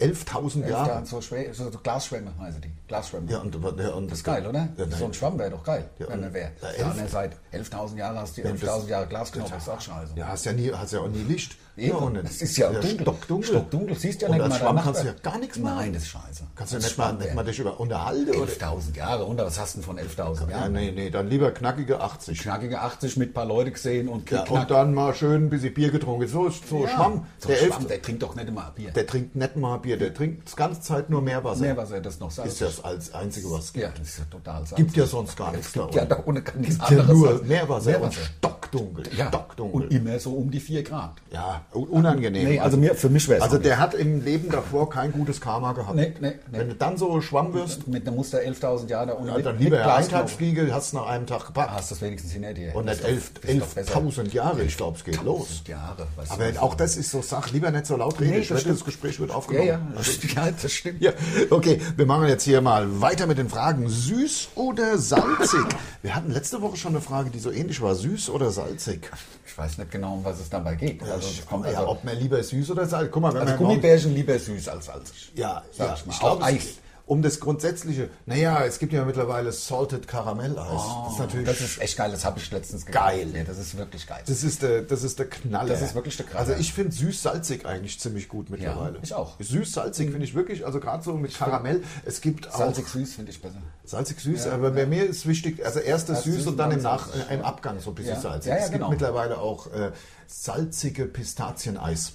Speaker 1: 11.000 Jahre.
Speaker 2: So, Schwä- so, so Glasschwämme heißen die. Glasschwämme.
Speaker 1: Ja, und, ja, und
Speaker 2: Das ist geil, oder?
Speaker 1: Ja,
Speaker 2: so
Speaker 1: nein.
Speaker 2: ein Schwamm wäre doch geil,
Speaker 1: Ja,
Speaker 2: wenn
Speaker 1: und-
Speaker 2: man wäre.
Speaker 1: Ja,
Speaker 2: Ja,
Speaker 1: elf-
Speaker 2: ne, seit 11.000 Jahren hast du 11.000 Jahre Glasknochen, das ist auch scheiße.
Speaker 1: ja, hast ja nie, hast ja auch nie Licht.
Speaker 2: Eben,
Speaker 1: Ja, und dann-
Speaker 2: das ist ja, dunkel.
Speaker 1: stockdunkel.
Speaker 2: Stockdunkel, siehst ja
Speaker 1: und
Speaker 2: nicht
Speaker 1: als
Speaker 2: mal
Speaker 1: Schwamm
Speaker 2: danach.
Speaker 1: kannst du ja gar nichts machen.
Speaker 2: Nein, das ist scheiße.
Speaker 1: Kannst du
Speaker 2: Das
Speaker 1: nicht mal,
Speaker 2: Schwamm
Speaker 1: nicht
Speaker 2: wär-
Speaker 1: mal dich über unterhalten? Oder?
Speaker 2: 11.000 Jahre, und was hast du denn von 11.000
Speaker 1: Ja,
Speaker 2: Jahren?
Speaker 1: nee, nee, dann lieber knackige 80.
Speaker 2: Knackige 80 mit ein paar Leute gesehen und
Speaker 1: Ja,
Speaker 2: knack,
Speaker 1: und dann mal schön ein bisschen Bier getrunken. So, so Schwamm.
Speaker 2: So
Speaker 1: der,
Speaker 2: Schwamm,
Speaker 1: Elf,
Speaker 2: der trinkt doch nicht immer Bier.
Speaker 1: der trinkt nicht mal Bier, der trinkt die ganze Zeit nur Meerwasser.
Speaker 2: Mehr, was er das noch sagt.
Speaker 1: Ist das als Einzige, was es gibt.
Speaker 2: ja, das ist ja total
Speaker 1: Gibt ja sonst gar nichts da
Speaker 2: Ja,
Speaker 1: unten.
Speaker 2: da ohne kann nichts
Speaker 1: Ja,
Speaker 2: anderes.
Speaker 1: nur
Speaker 2: als-
Speaker 1: Meerwasser, und
Speaker 2: Meerwasser.
Speaker 1: Stock Stockdunkel. Stockdunkel.
Speaker 2: und immer so um die 4 Grad.
Speaker 1: ja, un- unangenehm.
Speaker 2: Nee, also mir, für mich wäre es
Speaker 1: Also der hat im Leben davor kein gutes Karma gehabt.
Speaker 2: Nee, nee, nee.
Speaker 1: Wenn du dann so Schwamm wirst,
Speaker 2: mit einem Muster 11.000 Jahre da unten.
Speaker 1: ja,
Speaker 2: mit-
Speaker 1: dann
Speaker 2: mit
Speaker 1: lieber
Speaker 2: Gleisnow.
Speaker 1: Eintagsfliege, hast nach einem Tag gepackt.
Speaker 2: Hast das wenigstens hin, dir.
Speaker 1: Und nicht elf-
Speaker 2: elf
Speaker 1: 11.000 Jahre, ich glaube, es geht los.
Speaker 2: Jahre. weißt du.
Speaker 1: Aber auch das ist so Sache, lieber nicht so laut reden.
Speaker 2: Nee,
Speaker 1: ich
Speaker 2: das
Speaker 1: wette, das
Speaker 2: stimmt.
Speaker 1: Gespräch wird
Speaker 2: ja,
Speaker 1: aufgenommen.
Speaker 2: ja. ja, das stimmt.
Speaker 1: Ja, okay, wir machen jetzt hier mal weiter mit den Fragen. Süß oder salzig? Wir hatten letzte Woche schon eine Frage, die so ähnlich war. Süß oder salzig?
Speaker 2: Ich weiß nicht genau, um was es dabei geht. Also, es kommt
Speaker 1: ja,
Speaker 2: also,
Speaker 1: ob man lieber süß oder salzig. Guck mal, wenn
Speaker 2: also
Speaker 1: man morgens-
Speaker 2: Gummibärchen lieber süß als salzig.
Speaker 1: Ja,
Speaker 2: Sag
Speaker 1: ja.
Speaker 2: ich mal.
Speaker 1: Ich glaube,
Speaker 2: Auch
Speaker 1: es-
Speaker 2: Eis.
Speaker 1: um das Grundsätzliche. Naja, es gibt ja mittlerweile Salted Karamell Eis. das ist natürlich.
Speaker 2: Oh, Das ist echt geil, das habe ich letztens
Speaker 1: Geil.
Speaker 2: Ja, das ist wirklich geil.
Speaker 1: das ist der, das ist der Knaller.
Speaker 2: Das ist wirklich der Knaller.
Speaker 1: Also ich finde süß-salzig eigentlich ziemlich gut mittlerweile.
Speaker 2: ich auch. Mhm.
Speaker 1: Süß-salzig finde ich wirklich, also gerade so mit Karamell. Es gibt auch
Speaker 2: Salzig süß finde ich besser.
Speaker 1: Salzig süß, aber bei mir ist wichtig, also erst das
Speaker 2: Erst
Speaker 1: süß
Speaker 2: süß
Speaker 1: und dann im,
Speaker 2: und dann
Speaker 1: Nach, äh, im Abgang so ein bisschen
Speaker 2: Ja.
Speaker 1: salzig.
Speaker 2: Ja, ja,
Speaker 1: es gibt
Speaker 2: genau.
Speaker 1: mittlerweile auch äh, salzige Pistazieneis.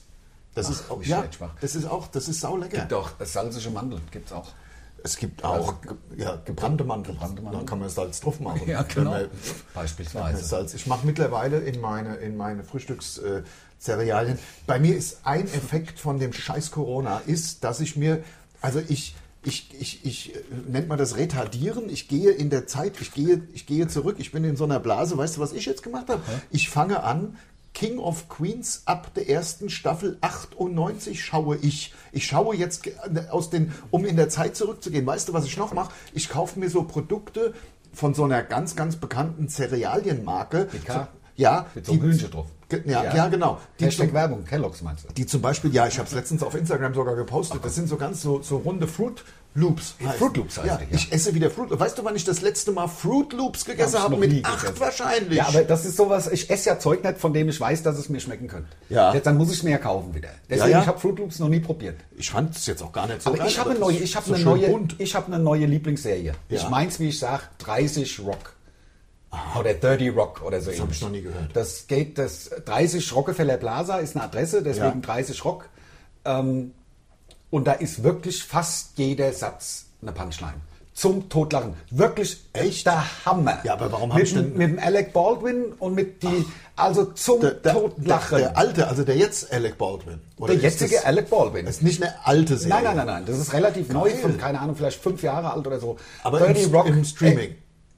Speaker 1: Das ist auch
Speaker 2: wie
Speaker 1: ja,
Speaker 2: schlecht war.
Speaker 1: das ist auch, das ist saulecker.
Speaker 2: Doch, salzige Mandeln gibt's auch.
Speaker 1: Es gibt auch ge- ja, gebrannte Mandeln.
Speaker 2: Mandeln.
Speaker 1: Da kann man Salz drauf machen.
Speaker 2: Ja, genau.
Speaker 1: Wenn man- wenn man
Speaker 2: Beispielsweise.
Speaker 1: Salz. Ich mache mittlerweile in meine, in meine Frühstückszerealien. Äh, Cerealien- Bei mir ist ein Effekt von dem Scheiß Corona, ist, dass ich mir, also ich, ich, ich, ich äh, nennt man das Retardieren. Ich gehe in der Zeit, ich gehe, ich gehe zurück. Ich bin in so einer Blase. Weißt du, was ich jetzt gemacht habe? Ich fange an. King of Queens ab der ersten Staffel 98 schaue ich. Ich schaue jetzt ge- aus den, um in der Zeit zurückzugehen. Weißt du, was ich noch mache? Ich kaufe mir so Produkte von so einer ganz, ganz bekannten Cerealienmarke.
Speaker 2: BK?
Speaker 1: Ja,
Speaker 2: Mit so einem Hühnchen drauf.
Speaker 1: Ge- Ja, ja. genau. Die
Speaker 2: Hashtag
Speaker 1: zum,
Speaker 2: Werbung, Kellogg's meinst du?
Speaker 1: die zum Beispiel, ja, ich habe es letztens auf Instagram sogar gepostet. Das sind so ganz so, so runde Fruit Loops. heißen.
Speaker 2: Fruit Loops heißt
Speaker 1: ja,
Speaker 2: die, ja.
Speaker 1: Ich esse wieder Fruit Loops. Weißt du, wann ich das letzte Mal Fruit Loops gegessen
Speaker 2: Hab's
Speaker 1: habe?
Speaker 2: noch nie
Speaker 1: Mit acht
Speaker 2: gegessen.
Speaker 1: wahrscheinlich.
Speaker 2: Ja, aber das ist sowas, ich esse ja Zeug nicht, von dem ich weiß, dass es mir schmecken könnte.
Speaker 1: Ja.
Speaker 2: Jetzt, dann muss ich mehr kaufen wieder. Deswegen,
Speaker 1: ja.
Speaker 2: ich habe Fruit Loops noch nie probiert.
Speaker 1: ich fand es jetzt auch gar nicht so
Speaker 2: Aber
Speaker 1: geil,
Speaker 2: ich habe eine
Speaker 1: das
Speaker 2: neue,
Speaker 1: ist
Speaker 2: ich habe
Speaker 1: so
Speaker 2: eine
Speaker 1: schön
Speaker 2: neue,
Speaker 1: bunt.
Speaker 2: ich habe eine neue Lieblingsserie.
Speaker 1: Ja.
Speaker 2: Ich meins, wie ich sage, 30 Rock. Oder 30 Rock oder so. Das
Speaker 1: hab ich noch nie gehört.
Speaker 2: Das geht, das 30 Rockefeller Plaza ist eine Adresse, deswegen
Speaker 1: Ja.
Speaker 2: 30 Rock. Ähm, und da ist wirklich fast jeder Satz eine Punchline. Zum Totlachen. Wirklich
Speaker 1: Echt?
Speaker 2: echter Hammer.
Speaker 1: Ja, aber warum hab
Speaker 2: mit,
Speaker 1: ich denn-
Speaker 2: Mit dem Alec Baldwin und mit die, also zum
Speaker 1: Der, der,
Speaker 2: Totlachen.
Speaker 1: der alte, also der jetzt Alec Baldwin. Oder
Speaker 2: Der
Speaker 1: ist
Speaker 2: jetzige
Speaker 1: das,
Speaker 2: Alec Baldwin.
Speaker 1: Das ist nicht eine alte Serie.
Speaker 2: Nein, nein, nein, nein. Das ist relativ neu,
Speaker 1: Geil.
Speaker 2: von, keine Ahnung, vielleicht fünf Jahre alt oder so.
Speaker 1: Aber im, Rock, im Streaming.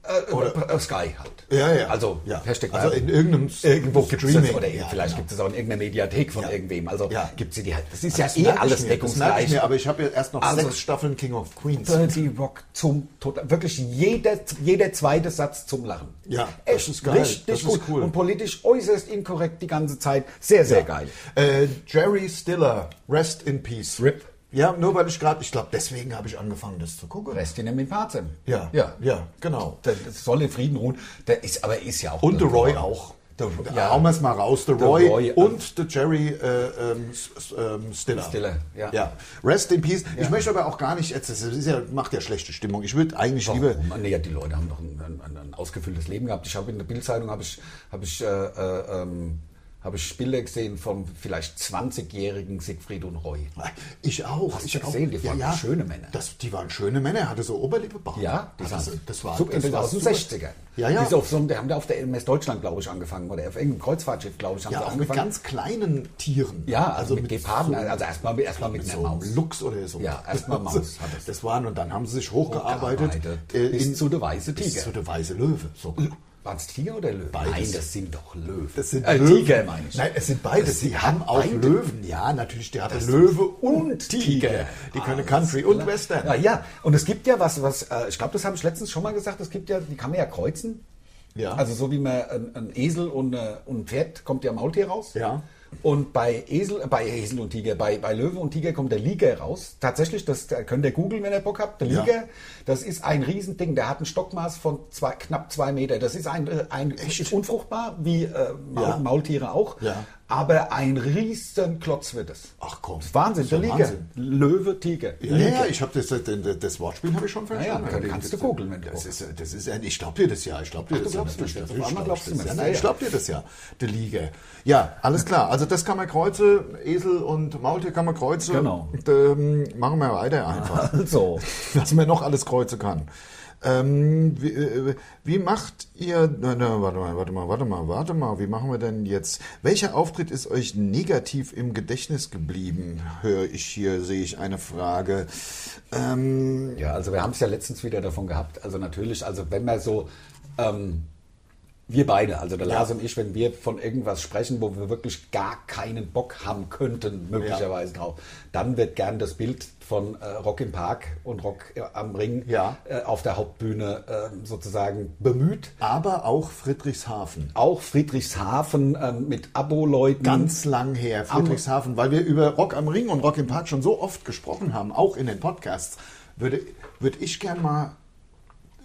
Speaker 2: Äh, äh, äh, Sky halt.
Speaker 1: ja, ja.
Speaker 2: Also,
Speaker 1: ja.
Speaker 2: Hashtag
Speaker 1: also
Speaker 2: Werbung.
Speaker 1: in irgendeinem
Speaker 2: Irgendwo gibt's
Speaker 1: Streaming.
Speaker 2: das, oder eh
Speaker 1: Ja,
Speaker 2: vielleicht
Speaker 1: genau.
Speaker 2: gibt es auch in irgendeiner Mediathek von
Speaker 1: Ja.
Speaker 2: irgendwem. Also
Speaker 1: Ja. Also
Speaker 2: gibt sie die halt. Das ist
Speaker 1: Das
Speaker 2: ja eh
Speaker 1: merke ich
Speaker 2: alles
Speaker 1: mir, Das merke ich
Speaker 2: deckungsgleich.
Speaker 1: mir, aber ich habe ja erst noch
Speaker 2: Also-
Speaker 1: sechs Staffeln King of Queens.
Speaker 2: Dirty Rock zum Tod. Wirklich jeder, jeder zweite Satz zum Lachen.
Speaker 1: Ja,
Speaker 2: Echt
Speaker 1: das ist geil.
Speaker 2: Richtig
Speaker 1: Das ist
Speaker 2: gut.
Speaker 1: cool.
Speaker 2: Und politisch äußerst inkorrekt die ganze Zeit. Sehr, sehr geil.
Speaker 1: Äh, Jerry Stiller, Rest in Peace.
Speaker 2: Rip.
Speaker 1: Ja, nur weil ich gerade, ich glaube, deswegen habe ich angefangen, das zu gucken.
Speaker 2: Rest in dem Pazem.
Speaker 1: Ja,
Speaker 2: Ja.
Speaker 1: ja, genau.
Speaker 2: Der, das soll in Frieden ruhen. Der ist, aber ist ja auch.
Speaker 1: Und The Roy auch. The,
Speaker 2: Ja.
Speaker 1: Hauen wir es mal raus. The Roy,
Speaker 2: Roy,
Speaker 1: und The Jerry äh, ähm, S- S- ähm, Stiller.
Speaker 2: Stiller, ja.
Speaker 1: Rest in Peace. Ich möchte aber auch gar nicht, jetzt- das ist ja, macht ja schlechte Stimmung. Ich würde eigentlich lieber,
Speaker 2: Warum? oh Nee, ja, die Leute haben doch ein, ein- ein, ein ausgefülltes Leben gehabt. Ich habe in der Bildzeitung habe ich habe ich äh, äh, ähm, habe ich Bilder gesehen vom vielleicht 20-jährigen Siegfried und Roy.
Speaker 1: Ich auch.
Speaker 2: Hast
Speaker 1: ich
Speaker 2: du
Speaker 1: auch.
Speaker 2: gesehen? Die waren schöne Männer.
Speaker 1: Das, die waren schöne Männer. Er hatte so Oberlippe Bauch.
Speaker 2: Ja, die
Speaker 1: das,
Speaker 2: sind
Speaker 1: das war,
Speaker 2: super,
Speaker 1: das war
Speaker 2: aus den
Speaker 1: super.
Speaker 2: 60ern.
Speaker 1: Ja, ja.
Speaker 2: Die, sind auf so, einem- die haben da auf der MS Deutschland, glaube ich, angefangen oder auf irgendeinem Kreuzfahrtschiff, glaube ich, haben
Speaker 1: ja,
Speaker 2: sie
Speaker 1: auch mit
Speaker 2: angefangen.
Speaker 1: ganz kleinen Tieren.
Speaker 2: ja, also, mit, Geparden,
Speaker 1: so-
Speaker 2: also erstmal erstmal mit,
Speaker 1: mit
Speaker 2: einer
Speaker 1: so
Speaker 2: Maus.
Speaker 1: Lux oder so.
Speaker 2: Ja, erstmal Maus
Speaker 1: Das,
Speaker 2: hat es.
Speaker 1: das waren und dann haben sie sich hochgearbeitet.
Speaker 2: Hochgearbeitet
Speaker 1: äh,
Speaker 2: bis zu der weiße
Speaker 1: Bis
Speaker 2: Tiger. Äh,
Speaker 1: zu der weiße Löwe. So.
Speaker 2: Waren es Tiger oder Löwen?
Speaker 1: Beides.
Speaker 2: Nein, das sind doch Löwen.
Speaker 1: Das sind
Speaker 2: äh,
Speaker 1: Löwen.
Speaker 2: Tiger, meine ich.
Speaker 1: Nein, es sind beides. Die haben auch Löwen. Ja, natürlich. Der hatte
Speaker 2: Das-
Speaker 1: Löwe und Tiger.
Speaker 2: Tiger. Ah,
Speaker 1: Die können
Speaker 2: Alles
Speaker 1: Country und Western.
Speaker 2: Ja, ja, und es gibt ja was, was äh, ich glaube, das habe ich letztens schon mal gesagt, es gibt ja, die kann man ja kreuzen.
Speaker 1: Ja.
Speaker 2: Also so wie man ein, ein Esel und, äh, und ein Pferd kommt ja Maultier raus.
Speaker 1: Ja.
Speaker 2: Und bei Esel, äh, bei Esel und Tiger, bei, bei Löwe und Tiger kommt der Liger raus. Tatsächlich, das da könnt ihr googeln, wenn ihr Bock habt. Der
Speaker 1: Ja.
Speaker 2: Liger, das ist ein Riesending. Der hat ein Stockmaß von zwei, knapp zwei Meter. Das ist ein, äh, ein ist unfruchtbar, wie äh, Maul,
Speaker 1: Ja.
Speaker 2: Maultiere auch.
Speaker 1: Ja.
Speaker 2: Aber ein Riesenklotz wird es.
Speaker 1: Ach komm.
Speaker 2: Das ist
Speaker 1: Das
Speaker 2: Wahnsinn,
Speaker 1: ist
Speaker 2: der Liga.
Speaker 1: Wahnsinn.
Speaker 2: Löwe, Tiger.
Speaker 1: Ja, ja, ich habe das, das, das Wortspiel habe ich schon verstanden.
Speaker 2: Ja, ja, kann- kannst du googeln, wenn du
Speaker 1: das ist, das ist, äh, Ich glaube dir das ja. Ich glaube dir
Speaker 2: Ach,
Speaker 1: das
Speaker 2: du
Speaker 1: ja.
Speaker 2: glaubst
Speaker 1: natürlich,
Speaker 2: mir das.
Speaker 1: natürlich
Speaker 2: Auf einmal
Speaker 1: glaub ich
Speaker 2: glaubst du
Speaker 1: das.
Speaker 2: mir
Speaker 1: Ja,
Speaker 2: das.
Speaker 1: nein,
Speaker 2: Ja,
Speaker 1: ich
Speaker 2: ja.
Speaker 1: glaube dir das ja. Der Liga. Ja, alles klar. Also das kann man kreuzen. Esel und Maultier kann man kreuzen.
Speaker 2: Genau.
Speaker 1: Und, ähm, machen wir weiter einfach.
Speaker 2: Also,
Speaker 1: Was man noch alles kreuzen kann. Ähm, wie, äh, wie macht ihr. Na, na, warte mal, warte mal, warte mal, warte mal. Wie machen wir denn jetzt? Welcher Auftritt ist euch negativ im Gedächtnis geblieben? Höre ich hier, sehe ich eine Frage. Ähm,
Speaker 2: Ja, also wir haben es ja letztens wieder davon gehabt. Also natürlich, also wenn man so, ähm, wir beide, also der Lars und ich, wenn wir von irgendwas sprechen, wo wir wirklich gar keinen Bock haben könnten, möglicherweise drauf, dann wird gern das Bild von äh, Rock im Park und Rock äh, am Ring
Speaker 1: Ja.
Speaker 2: äh, auf der Hauptbühne äh, sozusagen bemüht.
Speaker 1: aber auch Friedrichshafen.
Speaker 2: Auch Friedrichshafen äh, mit Abo-Leuten.
Speaker 1: Ganz lang her, Friedrichshafen, weil wir über Rock am Ring und Rock im Park schon so oft gesprochen haben, auch in den Podcasts, würde, würde ich gern mal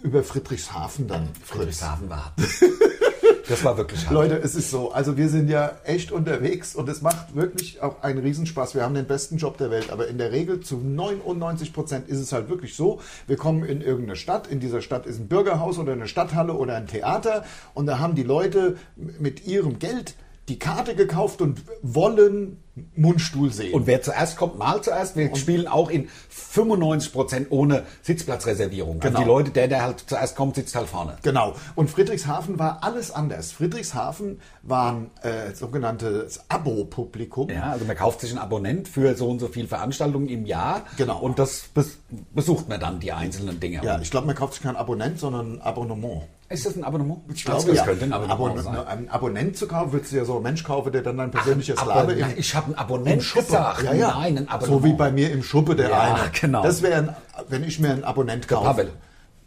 Speaker 1: über Friedrichshafen dann.
Speaker 2: Friedrichshafen war. das war wirklich hart.
Speaker 1: Leute, es ist so. Also wir sind ja echt unterwegs und es macht wirklich auch einen Riesenspaß. Wir haben den besten Job der Welt, aber in der Regel zu 99 Prozent ist es halt wirklich so. Wir kommen in irgendeine Stadt. In dieser Stadt ist ein Bürgerhaus oder eine Stadthalle oder ein Theater und da haben die Leute mit ihrem Geld die Karte gekauft und wollen Mundstuhl sehen.
Speaker 2: Und wer zuerst kommt, mal zuerst. Wir spielen auch in 95 Prozent ohne Sitzplatzreservierung.
Speaker 1: Genau.
Speaker 2: Also die Leute, der, der halt zuerst kommt, sitzt halt vorne.
Speaker 1: Genau. Und Friedrichshafen war alles anders. Friedrichshafen waren äh, sogenanntes Abo-Publikum.
Speaker 2: Ja, also man kauft sich einen Abonnent für so und so viel Veranstaltungen im Jahr.
Speaker 1: Genau.
Speaker 2: Und das bes besucht man dann, die einzelnen Dinge.
Speaker 1: Ja, ich glaube, man kauft sich kein Abonnent, sondern ein Abonnement.
Speaker 2: Ist das ein Abonnement? Ich
Speaker 1: das
Speaker 2: das könnte ein Abonnement sein.
Speaker 1: Ein Abonnent zu kaufen, würdest du ja so einen Mensch kaufen, der dann dein persönlicher Slave
Speaker 2: Abonnement. Ich habe einen Abonnent gesagt.
Speaker 1: Ja, ja.
Speaker 2: Nein, ein Abonnement.
Speaker 1: So wie bei mir im Schuppe der
Speaker 2: Ja,
Speaker 1: eine.
Speaker 2: genau.
Speaker 1: Das wäre, ein- wenn ich mir einen Abonnent kaufe.
Speaker 2: Pavel.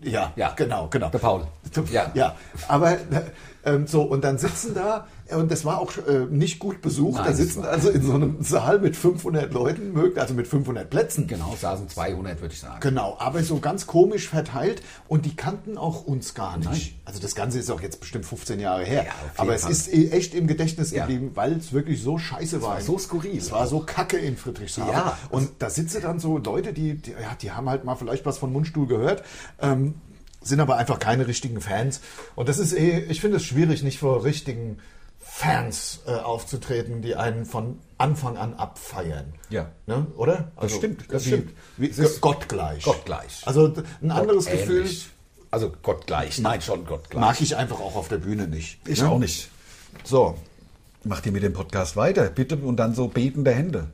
Speaker 1: Ja, ja,
Speaker 2: Ja.
Speaker 1: genau, genau.
Speaker 2: Der Paul.
Speaker 1: Ja.
Speaker 2: Ja.
Speaker 1: ja, aber ähm, so und dann sitzen da und das war auch äh, nicht gut besucht.
Speaker 2: Nein,
Speaker 1: da
Speaker 2: es
Speaker 1: sitzen
Speaker 2: war-
Speaker 1: also in so einem Saal mit 500 Leuten, mög- also mit 500 Plätzen.
Speaker 2: Genau, saßen 200, würde ich sagen.
Speaker 1: Genau, aber so ganz komisch verteilt und die kannten auch uns gar nicht. Also das Ganze ist auch jetzt bestimmt 15 Jahre her.
Speaker 2: Ja, auf jeden
Speaker 1: aber es
Speaker 2: Fall.
Speaker 1: ist eh- echt im Gedächtnis
Speaker 2: Ja.
Speaker 1: geblieben, weil es wirklich so scheiße war.
Speaker 2: so skurril.
Speaker 1: Es war so kacke in Friedrichshafen.
Speaker 2: Ja.
Speaker 1: Und da sitzen dann so Leute, die, die, ja, die haben halt mal vielleicht was von Mundstuhl gehört. Ähm, sind aber einfach keine richtigen Fans. Und das ist eh, ich finde es schwierig, nicht vor richtigen Fans äh, aufzutreten, die einen von Anfang an abfeiern.
Speaker 2: Ja.
Speaker 1: Ne? Oder? Also,
Speaker 2: stimmt, das
Speaker 1: wie-
Speaker 2: stimmt.
Speaker 1: Wie,
Speaker 2: Es ist-
Speaker 1: gottgleich.
Speaker 2: Gottgleich.
Speaker 1: Also d- ein anderes Gefühl
Speaker 2: Ähnlich. Also gottgleich. Nein, schon gottgleich.
Speaker 1: mag ich einfach auch auf der Bühne nicht.
Speaker 2: Ich
Speaker 1: Ne?
Speaker 2: auch nicht.
Speaker 1: So.
Speaker 2: Macht ihr mit dem Podcast weiter, bitte, und dann so betende Hände.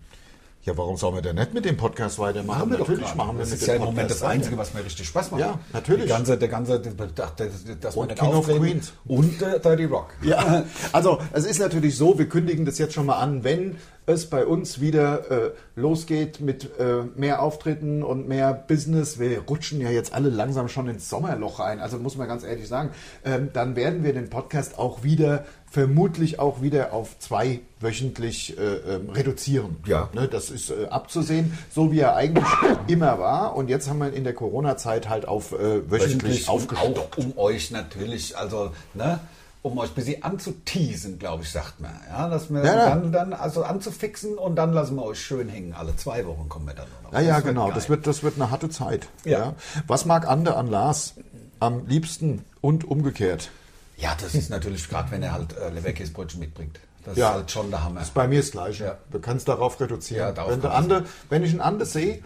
Speaker 1: Ja, warum sollen wir denn nicht mit dem Podcast weitermachen?
Speaker 2: Natürlich machen wir
Speaker 1: mit
Speaker 2: Das
Speaker 1: dem
Speaker 2: ist ja im Moment das
Speaker 1: Podcast
Speaker 2: Einzige,
Speaker 1: weiter.
Speaker 2: was mir richtig Spaß macht.
Speaker 1: Ja, natürlich.
Speaker 2: Die ganze, der ganze, dass, dass
Speaker 1: Und
Speaker 2: nicht
Speaker 1: King of
Speaker 2: auftreten.
Speaker 1: Queens.
Speaker 2: Und äh, Dirty Rock.
Speaker 1: Ja, also es ist natürlich so, wir kündigen das jetzt schon mal an, wenn es bei uns wieder äh, losgeht mit äh, mehr Auftritten und mehr Business, wir rutschen ja jetzt alle langsam schon ins Sommerloch rein, also muss man ganz ehrlich sagen, ähm, dann werden wir den Podcast auch wieder, vermutlich auch wieder auf zwei wöchentlich äh, ähm, reduzieren.
Speaker 2: Ja.
Speaker 1: Ne, das ist äh, abzusehen, so wie er eigentlich immer war und jetzt haben wir in der Corona-Zeit halt auf äh, wöchentlich,
Speaker 2: Wöchentlich
Speaker 1: aufgestockt.
Speaker 2: auch um euch natürlich, also, ne? Um euch ein bisschen anzuteasen, glaube ich, sagt man. Ja, dass wir
Speaker 1: Ja, ja.
Speaker 2: dann, dann also anzufixen und dann lassen wir euch schön hängen. Alle zwei Wochen kommen wir dann noch.
Speaker 1: Ja, ja,
Speaker 2: Das wird
Speaker 1: genau.
Speaker 2: geil.
Speaker 1: Das wird, das wird eine harte Zeit. Ja.
Speaker 2: Ja.
Speaker 1: Was mag Ander an Lars am liebsten und umgekehrt?
Speaker 2: ja, das ist natürlich gerade, wenn er halt äh, Leberkäsebrötchen mitbringt. Das
Speaker 1: Ja.
Speaker 2: ist halt schon der Hammer.
Speaker 1: Ist bei mir das Gleiche.
Speaker 2: Ja.
Speaker 1: Du kannst darauf reduzieren.
Speaker 2: Ja, darauf
Speaker 1: wenn, der
Speaker 2: kann
Speaker 1: Ander, wenn ich einen Ander sehe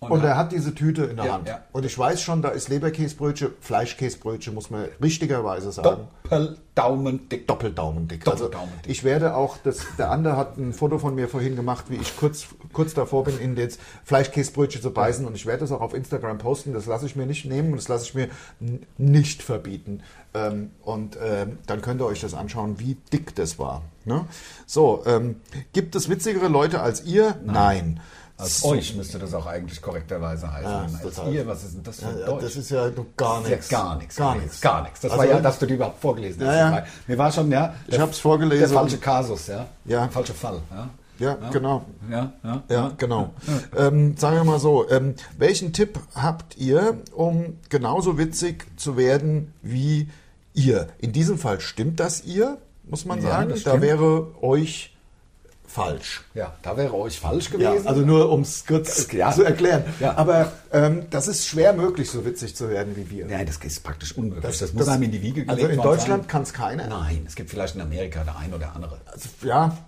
Speaker 1: und,
Speaker 2: Und er-
Speaker 1: er hat diese Tüte in der
Speaker 2: Ja,
Speaker 1: Hand
Speaker 2: ja.
Speaker 1: und ich weiß schon, da ist Leberkäsebrötchen, Fleischkäsebrötchen, muss man richtigerweise sagen.
Speaker 2: Doppeldaumen dick.
Speaker 1: Doppeldaumendick.
Speaker 2: Doppeldaumendick.
Speaker 1: Also ich werde auch, das, der andere hat ein Foto von mir vorhin gemacht, wie ich kurz, kurz davor bin, in das Fleischkäsebrötchen zu beißen und ich werde das auch auf Instagram posten. Das lasse ich mir nicht nehmen und das lasse ich mir n- nicht verbieten. Ähm, und ähm, dann könnt ihr euch das anschauen, wie dick das war. Ne? So, ähm, gibt es witzigere Leute als ihr? Nein.
Speaker 2: Als euch müsste das auch eigentlich korrekterweise heißen.
Speaker 1: Ja,
Speaker 2: als
Speaker 1: total.
Speaker 2: ihr, was ist denn das für ein
Speaker 1: Ja,
Speaker 2: Deutsch?
Speaker 1: äh, das ist ja noch gar
Speaker 2: Das ist ja
Speaker 1: nichts.
Speaker 2: gar nichts.
Speaker 1: Gar
Speaker 2: gewesen.
Speaker 1: nichts.
Speaker 2: Gar nichts. Das
Speaker 1: Also
Speaker 2: war ja,
Speaker 1: wenn-
Speaker 2: dass du die überhaupt vorgelesen
Speaker 1: Ja,
Speaker 2: hast.
Speaker 1: ja.
Speaker 2: das war- Mir war schon, ja.
Speaker 1: Ich hab's vorgelesen.
Speaker 2: Der falsche Kasus, ja.
Speaker 1: Ja.
Speaker 2: Der falsche Fall. Ja,
Speaker 1: Ja, genau.
Speaker 2: ja. ja.
Speaker 1: Ja, genau. Ähm, sagen wir mal so, ähm, welchen Tipp habt ihr, um genauso witzig zu werden wie ihr? In diesem Fall stimmt das ihr, muss man
Speaker 2: Ja,
Speaker 1: sagen.
Speaker 2: das
Speaker 1: Da
Speaker 2: stimmt.
Speaker 1: wäre euch falsch.
Speaker 2: Ja, da wäre euch falsch
Speaker 1: Ja,
Speaker 2: gewesen.
Speaker 1: also nur um es kurz
Speaker 2: Ja.
Speaker 1: zu erklären.
Speaker 2: Ja.
Speaker 1: Aber ähm, das ist schwer möglich, so witzig zu werden wie wir.
Speaker 2: Nein, das ist praktisch unmöglich.
Speaker 1: Das-
Speaker 2: Das,
Speaker 1: das-
Speaker 2: muss einem in die Wiege gelegt
Speaker 1: also in
Speaker 2: worden
Speaker 1: Deutschland
Speaker 2: sein.
Speaker 1: kann es keiner.
Speaker 2: Nein, es gibt vielleicht in Amerika der ein oder andere.
Speaker 1: Also, ja,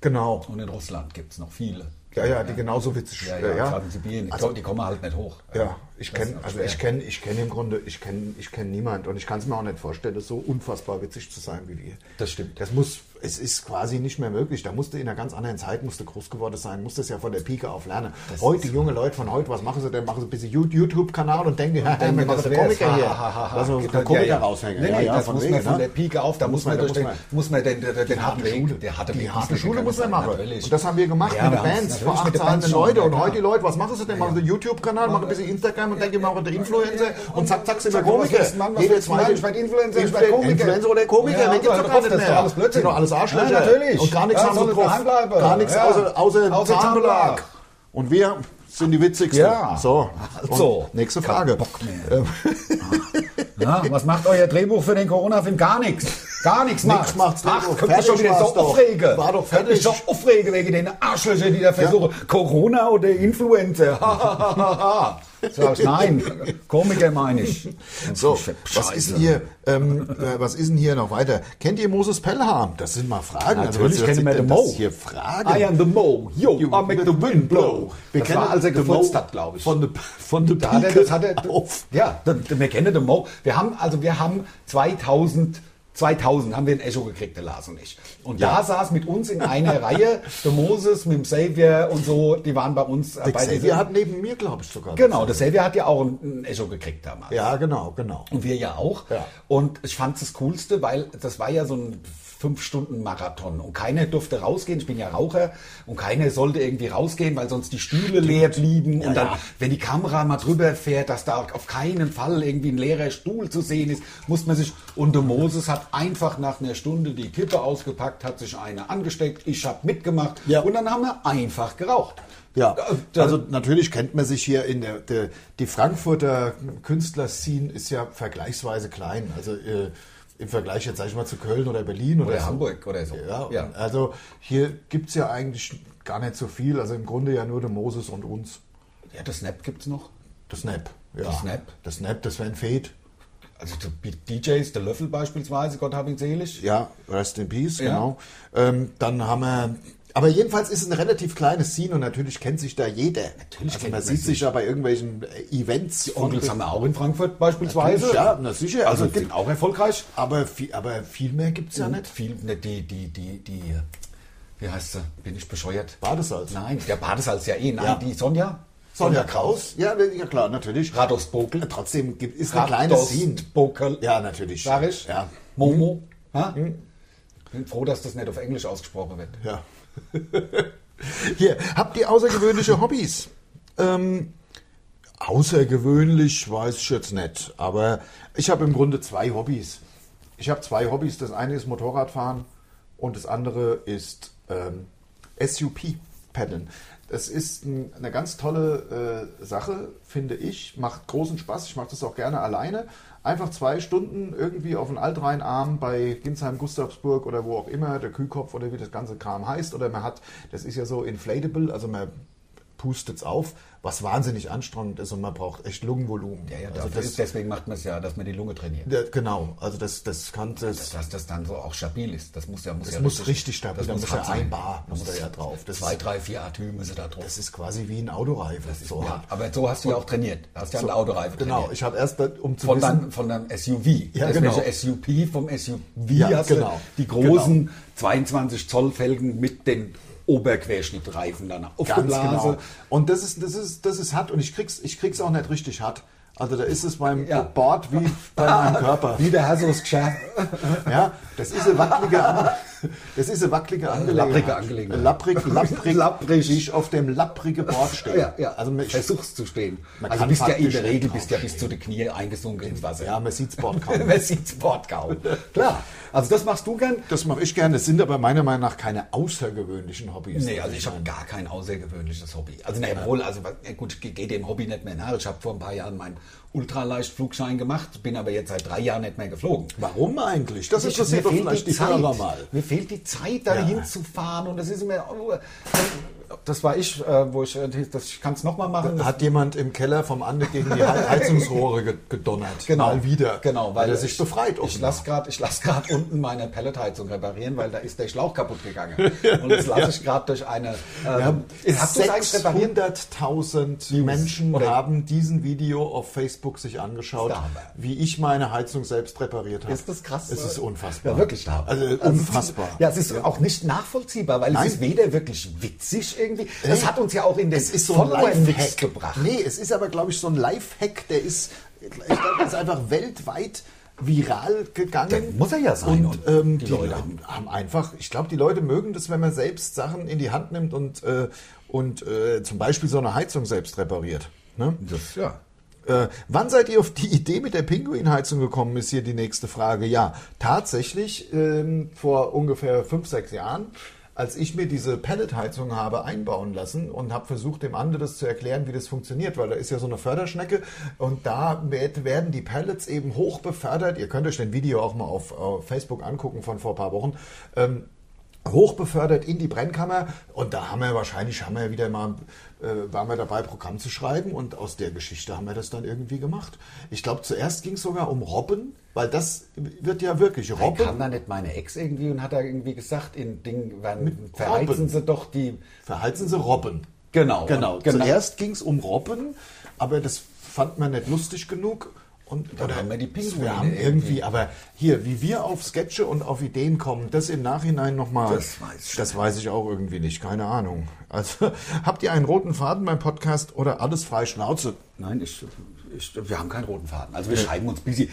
Speaker 1: genau.
Speaker 2: Und in Russland gibt es noch viele.
Speaker 1: Ja, ja, die genauso witzig.
Speaker 2: Äh, Ja, ja, gerade in Sibirien. Die
Speaker 1: Also-
Speaker 2: kommen- die kommen halt nicht hoch.
Speaker 1: Ja, Ich kenne, also ich kenne, ich kenne im Grunde, ich kenne, ich kenne niemand und ich kann es mir auch nicht vorstellen, so unfassbar witzig zu sein wie wir.
Speaker 2: Das stimmt.
Speaker 1: Das muss, es ist quasi nicht mehr möglich. Da musste in einer ganz anderen Zeit, musste groß geworden sein, musste es ja von der Pike auf lernen. heute junge Leute von heute, was machen sie denn? Machen sie ein bisschen You- YouTube-Kanal und denken, ja,
Speaker 2: denken,
Speaker 1: wir
Speaker 2: das
Speaker 1: machen einen
Speaker 2: wär's.
Speaker 1: Komiker
Speaker 2: Äh, Ha,
Speaker 1: hier.
Speaker 2: ha, ha, ha.
Speaker 1: Lassen wir uns einen
Speaker 2: Gibt halt- ja,
Speaker 1: Komiker
Speaker 2: ja.
Speaker 1: raushängen.
Speaker 2: Nee,
Speaker 1: Ja,
Speaker 2: nee,
Speaker 1: ja,
Speaker 2: das
Speaker 1: von
Speaker 2: muss
Speaker 1: wegen,
Speaker 2: man von
Speaker 1: ne?
Speaker 2: der Pike auf, da muss man durch den, muss man den, den, den harten Weg, der harte
Speaker 1: die
Speaker 2: Weg
Speaker 1: harte
Speaker 2: muss man
Speaker 1: Schule
Speaker 2: gegangen
Speaker 1: muss
Speaker 2: sein,
Speaker 1: man machen.
Speaker 2: natürlich.
Speaker 1: Und das haben wir gemacht
Speaker 2: Ja,
Speaker 1: mit den
Speaker 2: wir haben's
Speaker 1: Bands,
Speaker 2: natürlich
Speaker 1: vor acht
Speaker 2: mit den
Speaker 1: zahlende
Speaker 2: Bands schon,
Speaker 1: Leute.
Speaker 2: ja,
Speaker 1: Und
Speaker 2: klar.
Speaker 1: heute die Leute, was machen sie denn? Machen sie einen YouTube-Kanal, machen ein bisschen Instagram und denken, wir machen den Influencer. Und zack, zack, sind wir
Speaker 2: Sag mal, was
Speaker 1: Komiker.
Speaker 2: willst du machen? Was
Speaker 1: Jeder
Speaker 2: willst du machen?
Speaker 1: zweite
Speaker 2: Ich werd Influencer, ich werd
Speaker 1: Influen-
Speaker 2: Komiker.
Speaker 1: Influencer oder Komiker,
Speaker 2: Ja,
Speaker 1: wer gibt's
Speaker 2: hör
Speaker 1: doch
Speaker 2: auf,
Speaker 1: gar
Speaker 2: das
Speaker 1: nicht
Speaker 2: ist
Speaker 1: mehr.
Speaker 2: doch alles Blödsinn.
Speaker 1: Sind doch alles Arschlöcher.
Speaker 2: Ja, natürlich.
Speaker 1: Und gar nichts
Speaker 2: Ja,
Speaker 1: haben sie
Speaker 2: sollen
Speaker 1: drauf.
Speaker 2: daheim bleiben.
Speaker 1: Gar nichts
Speaker 2: Ja.
Speaker 1: außer, außer,
Speaker 2: Außer
Speaker 1: Zahnbelag.
Speaker 2: Zahnbelag.
Speaker 1: Und wir sind die Witzigsten.
Speaker 2: Ja.
Speaker 1: So.
Speaker 2: Also.
Speaker 1: Und nächste Frage. Äh,
Speaker 2: Bock mehr. Na, was macht euer Drehbuch für den Corona-Film? Gar nichts. Gar nichts macht.
Speaker 1: Nix macht's.
Speaker 2: Ach,
Speaker 1: Drehbuch.
Speaker 2: könnt ihr schon
Speaker 1: Fertig
Speaker 2: wieder
Speaker 1: war's
Speaker 2: so
Speaker 1: doch.
Speaker 2: aufregen.
Speaker 1: War doch
Speaker 2: Könnt ihr
Speaker 1: fertig.
Speaker 2: schon aufregen wegen den Arschlöcher, die da versuchen. Corona oder Influencer? Ha, ha, ha, ha, ha. Sag ich, nein, Komiker meine ich.
Speaker 1: So,
Speaker 2: Scheiße.
Speaker 1: was ist denn hier, ähm, äh, was ist denn hier noch weiter? Kennt ihr Moses Pellham? Das sind mal Fragen. Also,
Speaker 2: Natürlich
Speaker 1: was- was
Speaker 2: kennen
Speaker 1: sind
Speaker 2: wir
Speaker 1: denn
Speaker 2: den Mo.
Speaker 1: das hier Fragen?
Speaker 2: I am the Mo. Yo,
Speaker 1: You-
Speaker 2: I make the wind blow.
Speaker 1: Wir
Speaker 2: das
Speaker 1: kennen
Speaker 2: war, als er
Speaker 1: The
Speaker 2: gefurzt
Speaker 1: Mo
Speaker 2: hat, glaube ich.
Speaker 1: Von der von der
Speaker 2: Da hat er,
Speaker 1: Pike
Speaker 2: das hat er,
Speaker 1: auf.
Speaker 2: Ja, da- da- wir kennen den Mo. Wir haben, also wir haben 2000, 2000 haben wir ein Echo gekriegt, der Lars und ich. Und da saß mit uns in einer Reihe der Moses mit dem Xavier und so, die waren bei uns. äh,
Speaker 1: Der
Speaker 2: bei
Speaker 1: Xavier
Speaker 2: dieser-
Speaker 1: hat neben mir, glaube ich, sogar.
Speaker 2: genau, der Xavier hat ja auch ein, ein Echo gekriegt damals.
Speaker 1: Ja, genau, genau.
Speaker 2: Und wir ja auch.
Speaker 1: Ja.
Speaker 2: Und ich fand es das Coolste, weil das war ja so ein Fünf-Stunden-Marathon und keiner durfte rausgehen. Ich bin ja Raucher und keiner sollte irgendwie rausgehen, weil sonst die Stühle leer blieben. und dann,
Speaker 1: ja.
Speaker 2: wenn die Kamera mal drüber fährt, dass da auf keinen Fall irgendwie ein leerer Stuhl zu sehen ist, muss man sich. Und der Moses hat einfach nach einer Stunde die Kippe ausgepackt, hat sich eine angesteckt, ich habe mitgemacht
Speaker 1: Ja.
Speaker 2: und dann haben wir einfach geraucht. Äh,
Speaker 1: Ja,
Speaker 2: Da-
Speaker 1: also natürlich kennt man sich hier in der, der die Frankfurter Künstler-Scene ist ja vergleichsweise klein. Also äh, im Vergleich jetzt sag ich mal zu Köln oder Berlin oder,
Speaker 2: Oder
Speaker 1: so.
Speaker 2: Hamburg oder so.
Speaker 1: Ja,
Speaker 2: Ja.
Speaker 1: Und also hier gibt es ja eigentlich gar nicht so viel. Also im Grunde ja nur den Moses und uns.
Speaker 2: ja, das Snap gibt's noch.
Speaker 1: Das Snap. Ja.
Speaker 2: Das Snap.
Speaker 1: Das Snap, das Van Fate.
Speaker 2: Also die DJs, der Löffel beispielsweise, Gott hab ihn selig.
Speaker 1: Ja, Rest in Peace,
Speaker 2: Ja.
Speaker 1: genau. Ähm, dann haben wir. Aber jedenfalls ist es ein relativ kleines Scene und natürlich kennt sich da jeder. Natürlich also
Speaker 2: kennt
Speaker 1: man
Speaker 2: man
Speaker 1: sieht
Speaker 2: sich.
Speaker 1: sich ja bei irgendwelchen äh, Events.
Speaker 2: Die Onkels haben wir auch in Frankfurt beispielsweise.
Speaker 1: Natürlich, ja, na sicher.
Speaker 2: Also,
Speaker 1: Also
Speaker 2: sind auch erfolgreich.
Speaker 1: aber, viel, aber viel mehr gibt es ja
Speaker 2: Und
Speaker 1: nicht.
Speaker 2: viel, ne, die, die, die, die, wie heißt sie? Bin ich bescheuert?
Speaker 1: Badesalz.
Speaker 2: Nein, der Badesalz ja eh. Nein,
Speaker 1: Ja.
Speaker 2: die Sonja.
Speaker 1: Sonja Kraus? Ja, ja klar, natürlich.
Speaker 2: Rados Bokel.
Speaker 1: Trotzdem gibt, ist eine kleine
Speaker 2: Rados
Speaker 1: Scene.
Speaker 2: Bokel.
Speaker 1: Ja, natürlich.
Speaker 2: Sag ich?
Speaker 1: Ja. Mhm.
Speaker 2: Momo. Ha? Bin froh, dass das nicht auf Englisch ausgesprochen wird.
Speaker 1: Ja. Hier, habt ihr außergewöhnliche Hobbys? Ähm, außergewöhnlich weiß ich jetzt nicht, aber ich habe im Grunde zwei Hobbys. Ich habe zwei Hobbys. Das eine ist Motorradfahren und das andere ist ähm, SUP-Paddeln. Das ist ein, eine ganz tolle äh, Sache, finde ich. Macht großen Spaß. Ich mache das auch gerne alleine. Einfach zwei Stunden irgendwie auf den Altrheinarm bei Ginsheim, Gustavsburg oder wo auch immer, der Kühlkopf oder wie das ganze Kram heißt. Oder man hat, das ist ja so inflatable, also man pustet es auf, was wahnsinnig anstrengend ist und man braucht echt Lungenvolumen.
Speaker 2: Ja, ja,
Speaker 1: also
Speaker 2: dafür
Speaker 1: das,
Speaker 2: ist, deswegen macht man es ja, dass man die Lunge trainiert.
Speaker 1: ja, genau, also das, das kann das,
Speaker 2: dass das dann so auch stabil ist. Das muss ja, muss
Speaker 1: Das
Speaker 2: ja
Speaker 1: muss richtig stabil-
Speaker 2: Das
Speaker 1: da
Speaker 2: muss
Speaker 1: muss ja
Speaker 2: hart sein.
Speaker 1: ein Bar,
Speaker 2: Da
Speaker 1: muss da ja drauf. Das
Speaker 2: zwei,
Speaker 1: ist-
Speaker 2: drei, vier Atüme müssen da drauf.
Speaker 1: das ist quasi wie ein Autoreifen. so
Speaker 2: ja,
Speaker 1: halt.
Speaker 2: aber so hast du ja auch trainiert. Da hast du ja eine Autoreife
Speaker 1: Genau,
Speaker 2: trainiert.
Speaker 1: ich habe erst, um zu
Speaker 2: Von
Speaker 1: wissen,
Speaker 2: deinem, von deinem SUV.
Speaker 1: Ja,
Speaker 2: Das
Speaker 1: genau.
Speaker 2: welche SUP vom SUV
Speaker 1: Ja,
Speaker 2: hast
Speaker 1: genau.
Speaker 2: du die großen 22 Zoll Felgen mit den Oberquerschnittreifen dann
Speaker 1: Ganz
Speaker 2: aufgeblasen.
Speaker 1: genau. Und das ist, das ist, das ist hart und ich krieg's, ich krieg's auch nicht richtig hart. Also da ist es beim
Speaker 2: Ja.
Speaker 1: Board wie bei meinem Körper.
Speaker 2: Wie der Hasso es geschafft.
Speaker 1: Ja, das ist eine wackelige, An- das ist eine wackelige Angelegenheit.
Speaker 2: Lapprige Angelegenheit.
Speaker 1: Lapprig, lapprig,
Speaker 2: Lapprig.
Speaker 1: Wie ich auf dem lapprige Board stehe.
Speaker 2: Ja, ja.
Speaker 1: Also ich,
Speaker 2: versuchst zu stehen.
Speaker 1: Man
Speaker 2: Also
Speaker 1: kann
Speaker 2: bist ja in
Speaker 1: faktisch
Speaker 2: der Regel bist ja
Speaker 1: draufstehen.
Speaker 2: bis zu den Knie eingesunken ins Wasser.
Speaker 1: ja, man sieht's Board kaum.
Speaker 2: Wer sieht's Wort kaum? Klar. Also das machst du gern?
Speaker 1: Das mache ich gerne. Das sind aber meiner Meinung nach keine außergewöhnlichen Hobbys.
Speaker 2: Nee, also ich habe gar kein außergewöhnliches Hobby. Also nee, obwohl, also was- ja gut, ich gehe dem Hobby nicht mehr nach. Ich habe vor ein paar Jahren meinen Ultraleichtflugschein gemacht, bin aber jetzt seit drei Jahren nicht mehr geflogen.
Speaker 1: Warum eigentlich? Das
Speaker 2: Ich-
Speaker 1: interessiert doch vielleicht die
Speaker 2: Zeit.
Speaker 1: Hörer mal.
Speaker 2: Mir fehlt die Zeit, da
Speaker 1: Ja.
Speaker 2: hinzufahren und das ist immer. das war ich, äh, wo ich, äh, das, ich kann es nochmal machen.
Speaker 1: Da
Speaker 2: Das-
Speaker 1: hat jemand im Keller vom Ande gegen die He- Heizungsrohre ge- gedonnert.
Speaker 2: Genau.
Speaker 1: Mal wieder.
Speaker 2: Genau,
Speaker 1: weil, er sich befreit.
Speaker 2: Ich
Speaker 1: offenbar.
Speaker 2: lasse gerade lass grad unten meine Pelletheizung reparieren, weil da ist der Schlauch kaputt gegangen. Und das lasse ich gerade durch eine. Ähm,
Speaker 1: Ist
Speaker 2: hast du es eigentlich repariert?
Speaker 1: 600.000 Menschen
Speaker 2: Oder-
Speaker 1: haben diesen Video auf Facebook sich angeschaut,
Speaker 2: Ist der Hammer.
Speaker 1: wie ich meine Heizung selbst repariert habe.
Speaker 2: Ist das krass?
Speaker 1: Es ist
Speaker 2: oder?
Speaker 1: unfassbar.
Speaker 2: Ja, wirklich da.
Speaker 1: Also, unfassbar.
Speaker 2: Ja, es ist auch nicht nachvollziehbar, weil
Speaker 1: Nein.
Speaker 2: es ist weder wirklich witzig irgendwie. Das
Speaker 1: Nee.
Speaker 2: hat uns ja auch in den
Speaker 1: Es ist so ein
Speaker 2: Followern nichts
Speaker 1: Lifehack.
Speaker 2: gebracht.
Speaker 1: Nee, es ist aber, glaube ich, so ein Lifehack, der ist, ich glaube, der ist einfach weltweit viral gegangen.
Speaker 2: Der muss er ja sein.
Speaker 1: Und,
Speaker 2: Und
Speaker 1: ähm, die,
Speaker 2: die Leute
Speaker 1: haben, haben einfach, ich glaube, die Leute mögen das, wenn man selbst Sachen in die Hand nimmt und, äh, und äh, zum Beispiel so eine Heizung selbst repariert. Ne?
Speaker 2: Das, ja.
Speaker 1: Äh, wann seid ihr auf die Idee mit der Pinguinheizung gekommen, ist hier die nächste Frage. Ja, tatsächlich ähm, vor ungefähr fünf, sechs Jahren, als ich mir diese Pelletheizung habe einbauen lassen und habe versucht, dem anderen das zu erklären, wie das funktioniert, weil da ist ja so eine Förderschnecke und da werd- werden die Pellets eben hoch befördert. Ihr könnt euch den Video auch mal auf, auf Facebook angucken von vor ein paar Wochen. Ähm, hochbefördert in die Brennkammer und da haben wir wahrscheinlich haben wir wieder mal äh, waren wir dabei Programm zu schreiben und aus der Geschichte haben wir das dann irgendwie gemacht. Ich glaube zuerst ging es sogar um Robben, weil das wird ja wirklich
Speaker 2: Dann kam
Speaker 1: Robben
Speaker 2: da nicht meine Ex irgendwie und hat da irgendwie gesagt, in Ding, wann
Speaker 1: Mit Robben.
Speaker 2: verheizen sie doch die.
Speaker 1: verheizen sie Robben.
Speaker 2: Genau,
Speaker 1: Genau.
Speaker 2: und genau.
Speaker 1: Zuerst ging es um Robben, aber das fand man nicht lustig genug. Und,
Speaker 2: Dann haben wir die Pinguine
Speaker 1: Wir haben irgendwie,
Speaker 2: irgendwie.
Speaker 1: aber hier, wie wir auf Sketche und auf Ideen kommen, das im Nachhinein nochmal.
Speaker 2: Das weiß ich
Speaker 1: Das weiß ich auch irgendwie nicht, keine Ahnung. Also, habt ihr einen roten Faden beim Podcast oder alles frei Schnauze?
Speaker 2: Nein, ich, ich, wir haben keinen roten Faden. Also wir schreiben uns busy.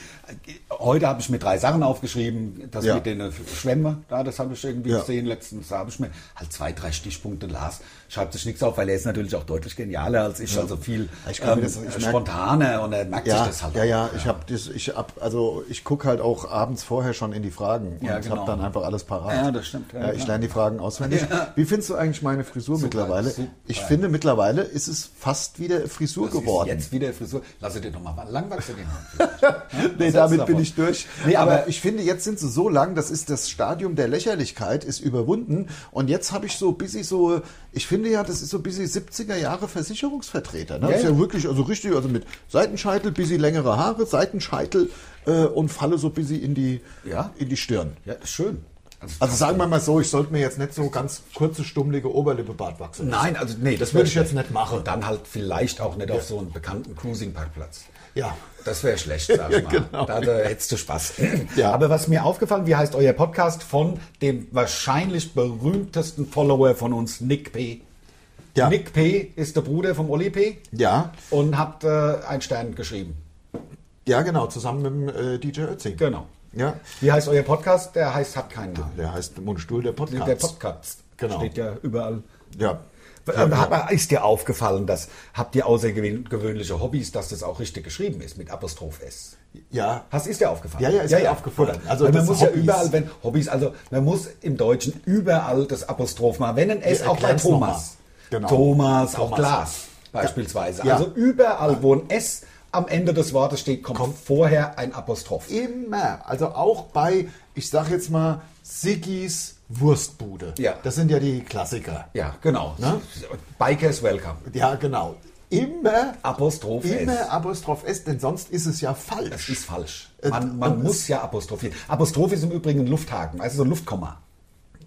Speaker 2: Heute habe ich mir drei Sachen aufgeschrieben. Das
Speaker 1: Ja.
Speaker 2: mit den äh, Schwämmen, da, das habe ich irgendwie
Speaker 1: Ja.
Speaker 2: gesehen letztens. Da habe ich mir halt zwei, drei Stichpunkte. Lars schreibt sich nichts auf, weil er ist natürlich auch deutlich genialer als ich. Also viel
Speaker 1: Ich kann mir das- ich merke-
Speaker 2: spontaner und er merkt sich das halt
Speaker 1: ja,
Speaker 2: auch.
Speaker 1: ja, ich habe das, ich hab, also ich gucke halt auch abends vorher schon in die Fragen und
Speaker 2: Ja,
Speaker 1: hab
Speaker 2: genau.
Speaker 1: habe dann einfach alles parat.
Speaker 2: Ja, das stimmt, ja,
Speaker 1: Ja, ich
Speaker 2: klar.
Speaker 1: lerne die Fragen auswendig. Wie findest du eigentlich meine Frisur mittlerweile?
Speaker 2: super.
Speaker 1: Ich finde mittlerweile ist es fast wieder Frisur
Speaker 2: Das ist
Speaker 1: geworden.
Speaker 2: Jetzt wieder Frisur. Lass dir doch mal langwachsen den Haaren.
Speaker 1: nee, damit
Speaker 2: Was hältst du
Speaker 1: bin
Speaker 2: davon?
Speaker 1: ich durch.
Speaker 2: Nee,
Speaker 1: aber,
Speaker 2: aber-
Speaker 1: ich finde, jetzt sind sie so lang, das ist das Stadium der Lächerlichkeit, ist überwunden. Und jetzt habe ich so busy so, ich finde ja, das ist so busy 70er Jahre Versicherungsvertreter. Ne?
Speaker 2: Ja,
Speaker 1: ist ja
Speaker 2: ja.
Speaker 1: wirklich, also richtig, also mit Seitenscheitel, busy längere Haare, Seitenscheitel äh, und falle so busy in die,
Speaker 2: Ja.
Speaker 1: in die Stirn.
Speaker 2: Ja, ist schön. Also,
Speaker 1: Also sagen wir mal so, ich sollte mir jetzt nicht so ganz kurze, stummlige Oberlippe-Bart wachsen. lassen.
Speaker 2: Nein, also nee, das
Speaker 1: würde ich
Speaker 2: wär
Speaker 1: jetzt
Speaker 2: schlecht.
Speaker 1: nicht machen.
Speaker 2: Und dann halt vielleicht auch nicht auf so einen bekannten Cruising-Parkplatz.
Speaker 1: Ja. genau.
Speaker 2: Das wäre schlecht, sag ich mal. Da äh, hättest du Spaß.
Speaker 1: Ja.
Speaker 2: Aber was mir aufgefallen, wie heißt euer Podcast von dem wahrscheinlich berühmtesten Follower von uns, Nick P.
Speaker 1: Ja.
Speaker 2: Nick P. ist der Bruder vom Oli P.
Speaker 1: Ja,
Speaker 2: Und habt äh, einen Stern geschrieben.
Speaker 1: ja, genau, zusammen mit dem äh, DJ Ötzi.
Speaker 2: Genau.
Speaker 1: Ja,
Speaker 2: Wie heißt euer Podcast? Der heißt, hat keinen Namen.
Speaker 1: der heißt Mundstuhl der Podcast.
Speaker 2: Der Podcast.
Speaker 1: Genau.
Speaker 2: Steht ja überall.
Speaker 1: Ja.
Speaker 2: Ähm, hab- Ist dir aufgefallen, dass habt ihr außergewöhnliche Hobbys, dass das auch richtig geschrieben ist mit Apostroph S?
Speaker 1: Ja.
Speaker 2: Hast ist dir aufgefallen?
Speaker 1: Ja, ja, ist mir aufgefallen. Also
Speaker 2: Also man
Speaker 1: das
Speaker 2: muss ja
Speaker 1: Hobbys.
Speaker 2: überall, wenn Hobbys, also man muss im Deutschen überall das Apostroph machen. Wenn ein S auch bei
Speaker 1: erklären's noch
Speaker 2: Thomas.
Speaker 1: mal. Genau.
Speaker 2: Thomas, auch
Speaker 1: Thomas.
Speaker 2: Glas beispielsweise.
Speaker 1: Ja.
Speaker 2: Also überall, wo ein S am Ende des Wortes steht, kommt, vorher ein Apostroph.
Speaker 1: Immer. Also auch bei, ich sag jetzt mal, Siggis Wurstbude.
Speaker 2: Ja.
Speaker 1: Das sind ja die Klassiker.
Speaker 2: Ja, genau.
Speaker 1: Ne?
Speaker 2: Bikers welcome.
Speaker 1: Ja, genau. Immer,
Speaker 2: Apostroph S.
Speaker 1: immer Apostroph S, denn sonst ist es ja falsch.
Speaker 2: Das ist falsch.
Speaker 1: Äh,
Speaker 2: Man, man
Speaker 1: das-
Speaker 2: muss ja apostrophieren. Apostroph ist im Übrigen ein Lufthaken, also so ein Luftkomma.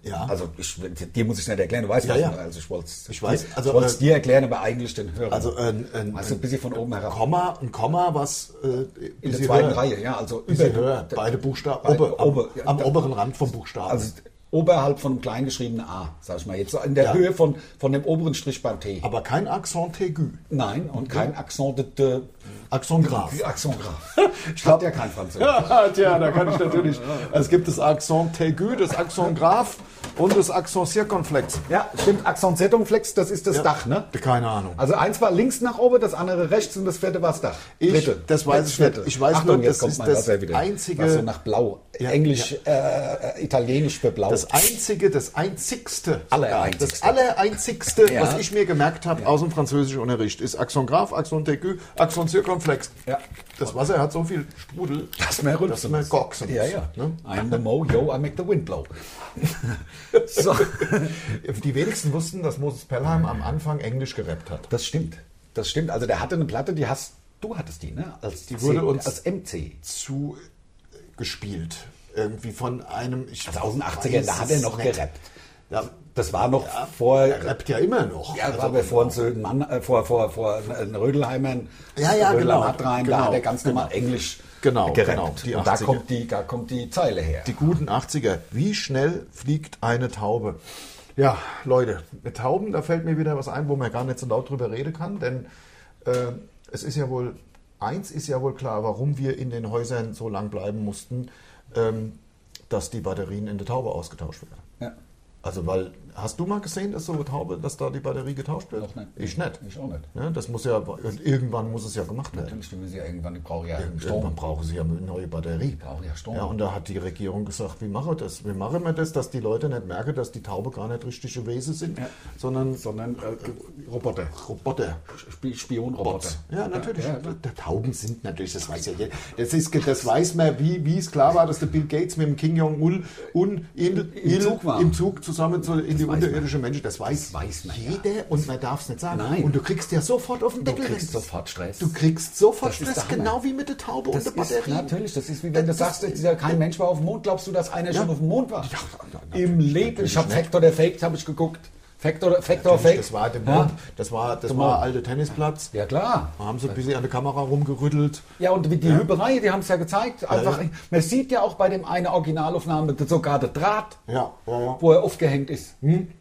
Speaker 1: ja.
Speaker 2: Also ich, dir muss ich nicht erklären, du weißt
Speaker 1: Ah. Ja,
Speaker 2: was,
Speaker 1: ja.
Speaker 2: also ich wollte es
Speaker 1: Ich weiß, also,
Speaker 2: ich wollt's
Speaker 1: äh,
Speaker 2: dir erklären, aber eigentlich den Hörern.
Speaker 1: Also ein, ein,
Speaker 2: also ein bisschen von oben herab.
Speaker 1: Komma, ein Komma, was äh,
Speaker 2: in der
Speaker 1: bisschen
Speaker 2: zweiten
Speaker 1: höher-
Speaker 2: Reihe, ja, also
Speaker 1: bisschen
Speaker 2: über-
Speaker 1: höher. Beide Buchstaben,
Speaker 2: Beide-
Speaker 1: ober, am,
Speaker 2: ober- ja,
Speaker 1: am
Speaker 2: da-
Speaker 1: oberen Rand vom Buchstaben.
Speaker 2: Also oberhalb von einem kleingeschriebenen A, sag ich mal jetzt, so in der
Speaker 1: Ja.
Speaker 2: Höhe von, von dem oberen Strich beim T.
Speaker 1: aber kein Accent aigu,
Speaker 2: Nein, und kein Accent de,
Speaker 1: Accent grave.
Speaker 2: de Accent grave. Ich glaube ja kein Französisch.
Speaker 1: Ja, tja, da kann ich natürlich. Es gibt das Accent aigu, das Accent grave und das Accent circonflex.
Speaker 2: Ja, stimmt, Accent Setumflex, das ist das Dach, ne?
Speaker 1: Keine Ahnung.
Speaker 2: Also eins war links nach oben, das andere rechts und das vierte war das Dach.
Speaker 1: Ich- das weiß ich
Speaker 2: Dritte.
Speaker 1: nicht. Ich weiß
Speaker 2: Achtung,
Speaker 1: nur,
Speaker 2: jetzt
Speaker 1: das
Speaker 2: kommt
Speaker 1: ist
Speaker 2: mein
Speaker 1: das
Speaker 2: Wasser wieder.
Speaker 1: einzige-
Speaker 2: Was so nach blau, englisch, Äh, äh, italienisch für blau
Speaker 1: Das das einzige, das einzigste, sogar, das
Speaker 2: Allereinzigste.
Speaker 1: allereinzigste,
Speaker 2: Ja.
Speaker 1: was ich mir gemerkt habe aus dem französischen Unterricht, ist Axon Graf, Axon Decu, Axon Circonflex.
Speaker 2: Ja.
Speaker 1: Das Wasser hat so viel Strudel,
Speaker 2: Dass man rülpsen
Speaker 1: dass man
Speaker 2: muss.
Speaker 1: goxen
Speaker 2: Ja,
Speaker 1: muss,
Speaker 2: ja.
Speaker 1: ne?
Speaker 2: I'm the Mo, yo, I make the wind blow. so.
Speaker 1: Die wenigsten wussten, dass Moses Pelham am Anfang Englisch gerappt hat.
Speaker 2: Das stimmt. Das stimmt. Also der hatte eine Platte, die hast du hattest die, ne? Als die
Speaker 1: wurde uns-
Speaker 2: als MC.
Speaker 1: Zu äh, gespielt. Irgendwie von einem. Ich
Speaker 2: Also aus den 80ern, da
Speaker 1: weiß
Speaker 2: hat er
Speaker 1: es
Speaker 2: noch
Speaker 1: nicht.
Speaker 2: gerappt.
Speaker 1: Ja,
Speaker 2: Das war noch vor
Speaker 1: er rappt ja immer noch.
Speaker 2: Ja,
Speaker 1: Also,
Speaker 2: war wir vor, einem Mann, äh, vor, vor, vor einem Rödelheimern,
Speaker 1: Ja, ja,
Speaker 2: Rödelheim
Speaker 1: genau.
Speaker 2: Hartrein,
Speaker 1: Genau.
Speaker 2: da hat er ganz normal Englisch
Speaker 1: Genau,
Speaker 2: gerappt.
Speaker 1: genau, die
Speaker 2: Und da
Speaker 1: 80er.
Speaker 2: kommt, die, da kommt die Zeile her.
Speaker 1: Die guten 80er. Wie schnell fliegt eine Taube? Ja, Leute, mit Tauben, da fällt mir wieder was ein, wo man gar nicht so laut drüber reden kann, denn äh, es ist ja wohl, eins ist ja wohl klar, warum wir in den Häusern so lang bleiben mussten, ähm, dass die Batterien in der Taube ausgetauscht werden.
Speaker 2: ja,
Speaker 1: Also, weil, hast du mal gesehen, dass so eine Taube, dass da die Batterie getauscht wird?
Speaker 2: Noch nicht.
Speaker 1: Ich nicht.
Speaker 2: ich auch nicht.
Speaker 1: Ne, das muss ja, und irgendwann muss es ja gemacht werden.
Speaker 2: Natürlich, wir müssen ja irgendwann, ich brauche ja
Speaker 1: Irgendwann
Speaker 2: Strom.
Speaker 1: brauchen sie ja eine neue Batterie.
Speaker 2: brauchen ja Strom.
Speaker 1: Ja, und da hat die Regierung gesagt, wie machen wir das? Wie machen wir das, dass die Leute nicht merken, dass die Taube gar nicht richtige Wesen sind,
Speaker 2: Ja.
Speaker 1: sondern
Speaker 2: Sondern äh, Roboter,
Speaker 1: Roboter.
Speaker 2: Sp- Spionroboter.
Speaker 1: Ja, natürlich.
Speaker 2: Ja, ja.
Speaker 1: Die Tauben sind natürlich, das weiß ja jeder. Das, ist, ge- das weiß man, wie, wie es klar war, dass der Bill Gates mit dem Kim Jong-un un in, il-
Speaker 2: Zug war.
Speaker 1: im Zug zusammen zu, in die
Speaker 2: weiß
Speaker 1: unterirdische Menschen, das weiß,
Speaker 2: Das weiß man,
Speaker 1: jeder und man darf es nicht sagen.
Speaker 2: Nein.
Speaker 1: Und du kriegst ja sofort auf den
Speaker 2: Du
Speaker 1: Deckel.
Speaker 2: kriegst
Speaker 1: wenn's-
Speaker 2: sofort Stress.
Speaker 1: Du kriegst sofort
Speaker 2: Das ist
Speaker 1: Stress,
Speaker 2: der Hammer.
Speaker 1: genau wie mit der Taube
Speaker 2: das
Speaker 1: und der
Speaker 2: ist
Speaker 1: Batterie.
Speaker 2: natürlich, das ist wie wenn du
Speaker 1: Das- das-
Speaker 2: sagst, dieser kein Mensch war auf dem Mond, glaubst du, dass einer schon auf dem Mond war?
Speaker 1: natürlich, ne?
Speaker 2: Im Leben. Ich habe Fact oder Fake, habe ich geguckt. Fact oder, Fact oder Fake.
Speaker 1: Das war der
Speaker 2: Ja?
Speaker 1: Mond, das war, das
Speaker 2: Der
Speaker 1: war
Speaker 2: Mond.
Speaker 1: alte Tennisplatz.
Speaker 2: ja klar.
Speaker 1: Da haben sie ein bisschen an der Kamera rumgerüttelt.
Speaker 2: Ja, und die Hüberei, die haben es ja gezeigt. Einfach,
Speaker 1: ja.
Speaker 2: Man sieht ja auch bei dem einen Originalaufnahme sogar der Draht,
Speaker 1: Ja, ja, ja.
Speaker 2: wo er aufgehängt ist,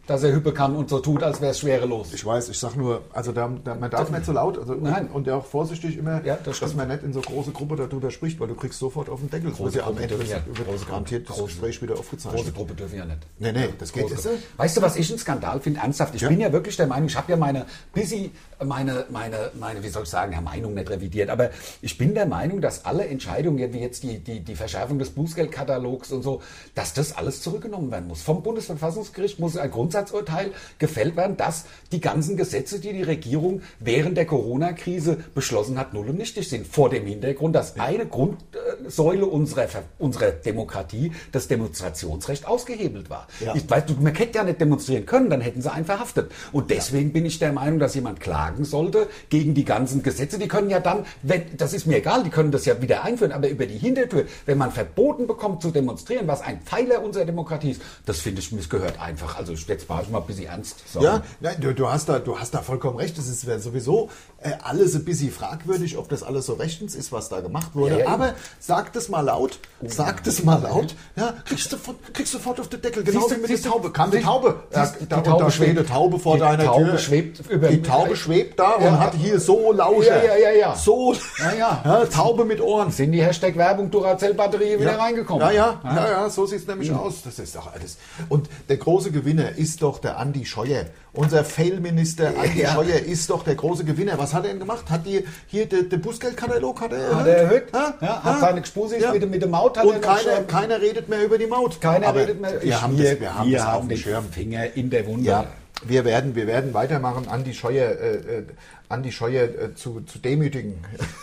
Speaker 2: dass er hüppe kann und so tut, als wäre es schwerelos.
Speaker 1: Ich weiß, ich sag nur, also da, da, man darf nicht so laut also
Speaker 2: Nein.
Speaker 1: und ja auch vorsichtig immer,
Speaker 2: Ja, das
Speaker 1: dass
Speaker 2: stimmt.
Speaker 1: man nicht in so große Gruppe darüber spricht, weil du kriegst sofort auf den Deckel. Das wird ja am
Speaker 2: Gruppe,
Speaker 1: Ende des-
Speaker 2: ja.
Speaker 1: wird
Speaker 2: Große
Speaker 1: garantiert das
Speaker 2: Gruppe.
Speaker 1: Gespräch wieder
Speaker 2: Große
Speaker 1: aufgezeichnet.
Speaker 2: Gruppe dürfen ja nicht.
Speaker 1: Nee, nee, das geht.
Speaker 2: Große Gruppe. Weißt du, was ich einen Skandal finde? Ernsthaft, ich
Speaker 1: Ja.
Speaker 2: bin ja wirklich der Meinung, ich habe ja meine busy, meine, meine, meine, wie soll ich sagen, ja, Meinung nicht revidiert, aber ich bin der Meinung, dass alle Entscheidungen, ja, wie jetzt die, die, die Verschärfung des Bußgeldkatalogs und so, dass das alles zurückgenommen werden muss. Vom Bundesverfassungsgericht muss ein Grundsatzurteil gefällt werden, dass die ganzen Gesetze, die die Regierung während der Corona-Krise beschlossen hat, null und nichtig sind. Vor dem Hintergrund, dass eine Grundsäule unserer, Ver- unserer Demokratie, das Demonstrationsrecht, ausgehebelt war.
Speaker 1: Ja.
Speaker 2: Ich weiß, du, man hätte ja nicht demonstrieren können, dann hätten sie einen verhaftet. Und deswegen bin ich der Meinung, dass jemand klagen sollte gegen die ganzen Gesetze. Die können ja dann, wenn, das ist mir egal, die können das ja wieder einführen, aber über die Hintertür, wenn man verboten bekommt zu demonstrieren, was ein Pfeiler unserer Demokratie ist, das finde ich, missgehört einfach. Also jetzt war ich mal ein bisschen ernst. Sorry.
Speaker 1: Ja, nein, du, du, hast da, du hast da vollkommen recht. Es ist sowieso äh, alles ein bisschen fragwürdig, ob das alles so rechtens ist, was da gemacht wurde.
Speaker 2: Ja, Oh ja,
Speaker 1: Aber sag das mal laut, sag das mal laut, ja, kriegst du, von- kriegst du sofort auf den Deckel, genau
Speaker 2: Siehst du,
Speaker 1: wie mit der
Speaker 2: siehst du,
Speaker 1: Taube. Kam die
Speaker 2: siehst-
Speaker 1: Taube. Ja,
Speaker 2: siehst du, die
Speaker 1: da, und
Speaker 2: Taube
Speaker 1: da steht
Speaker 2: schwebt-
Speaker 1: eine Taube vor
Speaker 2: die
Speaker 1: deiner
Speaker 2: Taube
Speaker 1: Tür.
Speaker 2: schwebt über-
Speaker 1: die Taube schwebt da und
Speaker 2: Ja.
Speaker 1: hat hier so Lauscher.
Speaker 2: Ja, ja, ja, ja.
Speaker 1: So,
Speaker 2: Ja, ja.
Speaker 1: Taube mit Ohren.
Speaker 2: Sind die Hashtag-Werbung Duracell-Batterie wieder reingekommen? Ah. Mhm.
Speaker 1: Ja, ja, ja, ja so sieht es nämlich aus. Das ist doch alles. Und der große Gewinner ist doch der Andi Scheuer. Unser Fail-Minister Andi
Speaker 2: Ja.
Speaker 1: Scheuer ist doch der große Gewinner. Was hat er denn gemacht? Hat die, hier den de Bußgeldkatalog hat er erhöht?
Speaker 2: Hat er erhöht?
Speaker 1: Ha?
Speaker 2: Ja,
Speaker 1: Ha?
Speaker 2: hat seine Gespusis mit, dem- mit der Maut hat
Speaker 1: Und
Speaker 2: er noch
Speaker 1: keiner,
Speaker 2: schon-
Speaker 1: keiner redet mehr über die Maut.
Speaker 2: keiner
Speaker 1: Aber
Speaker 2: redet mehr.
Speaker 1: Wir
Speaker 2: Ich-
Speaker 1: haben das, wir haben das auf dem
Speaker 2: den
Speaker 1: Schirm.
Speaker 2: Finger in der Wunde.
Speaker 1: Ja, wir werden, wir werden weitermachen, Andi Scheuer, äh, äh, Andi Scheuer äh, zu, zu demütigen.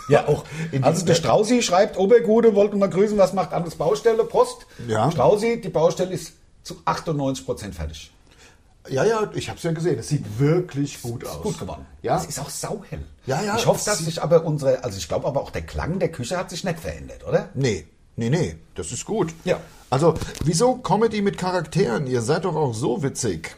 Speaker 2: Ja, auch.
Speaker 1: In
Speaker 2: also
Speaker 1: die-
Speaker 2: der Strausi schreibt, Obergude wollten mal grüßen, was macht alles Baustelle? Post.
Speaker 1: Ja.
Speaker 2: Strausi, die Baustelle ist zu 98% fertig.
Speaker 1: Ja, ja, ich habe es ja gesehen. Es sieht wirklich gut aus.
Speaker 2: Gut geworden.
Speaker 1: Ja,
Speaker 2: Es ist auch sauhell.
Speaker 1: Ja, ja,
Speaker 2: Ich hoffe,
Speaker 1: das
Speaker 2: dass sich aber unsere, also ich glaube aber auch der Klang der Küche hat sich nicht verändert, oder?
Speaker 1: Nee, nee, nee, das ist gut.
Speaker 2: Ja.
Speaker 1: Also, wieso Comedy mit Charakteren? Ihr seid doch auch so witzig.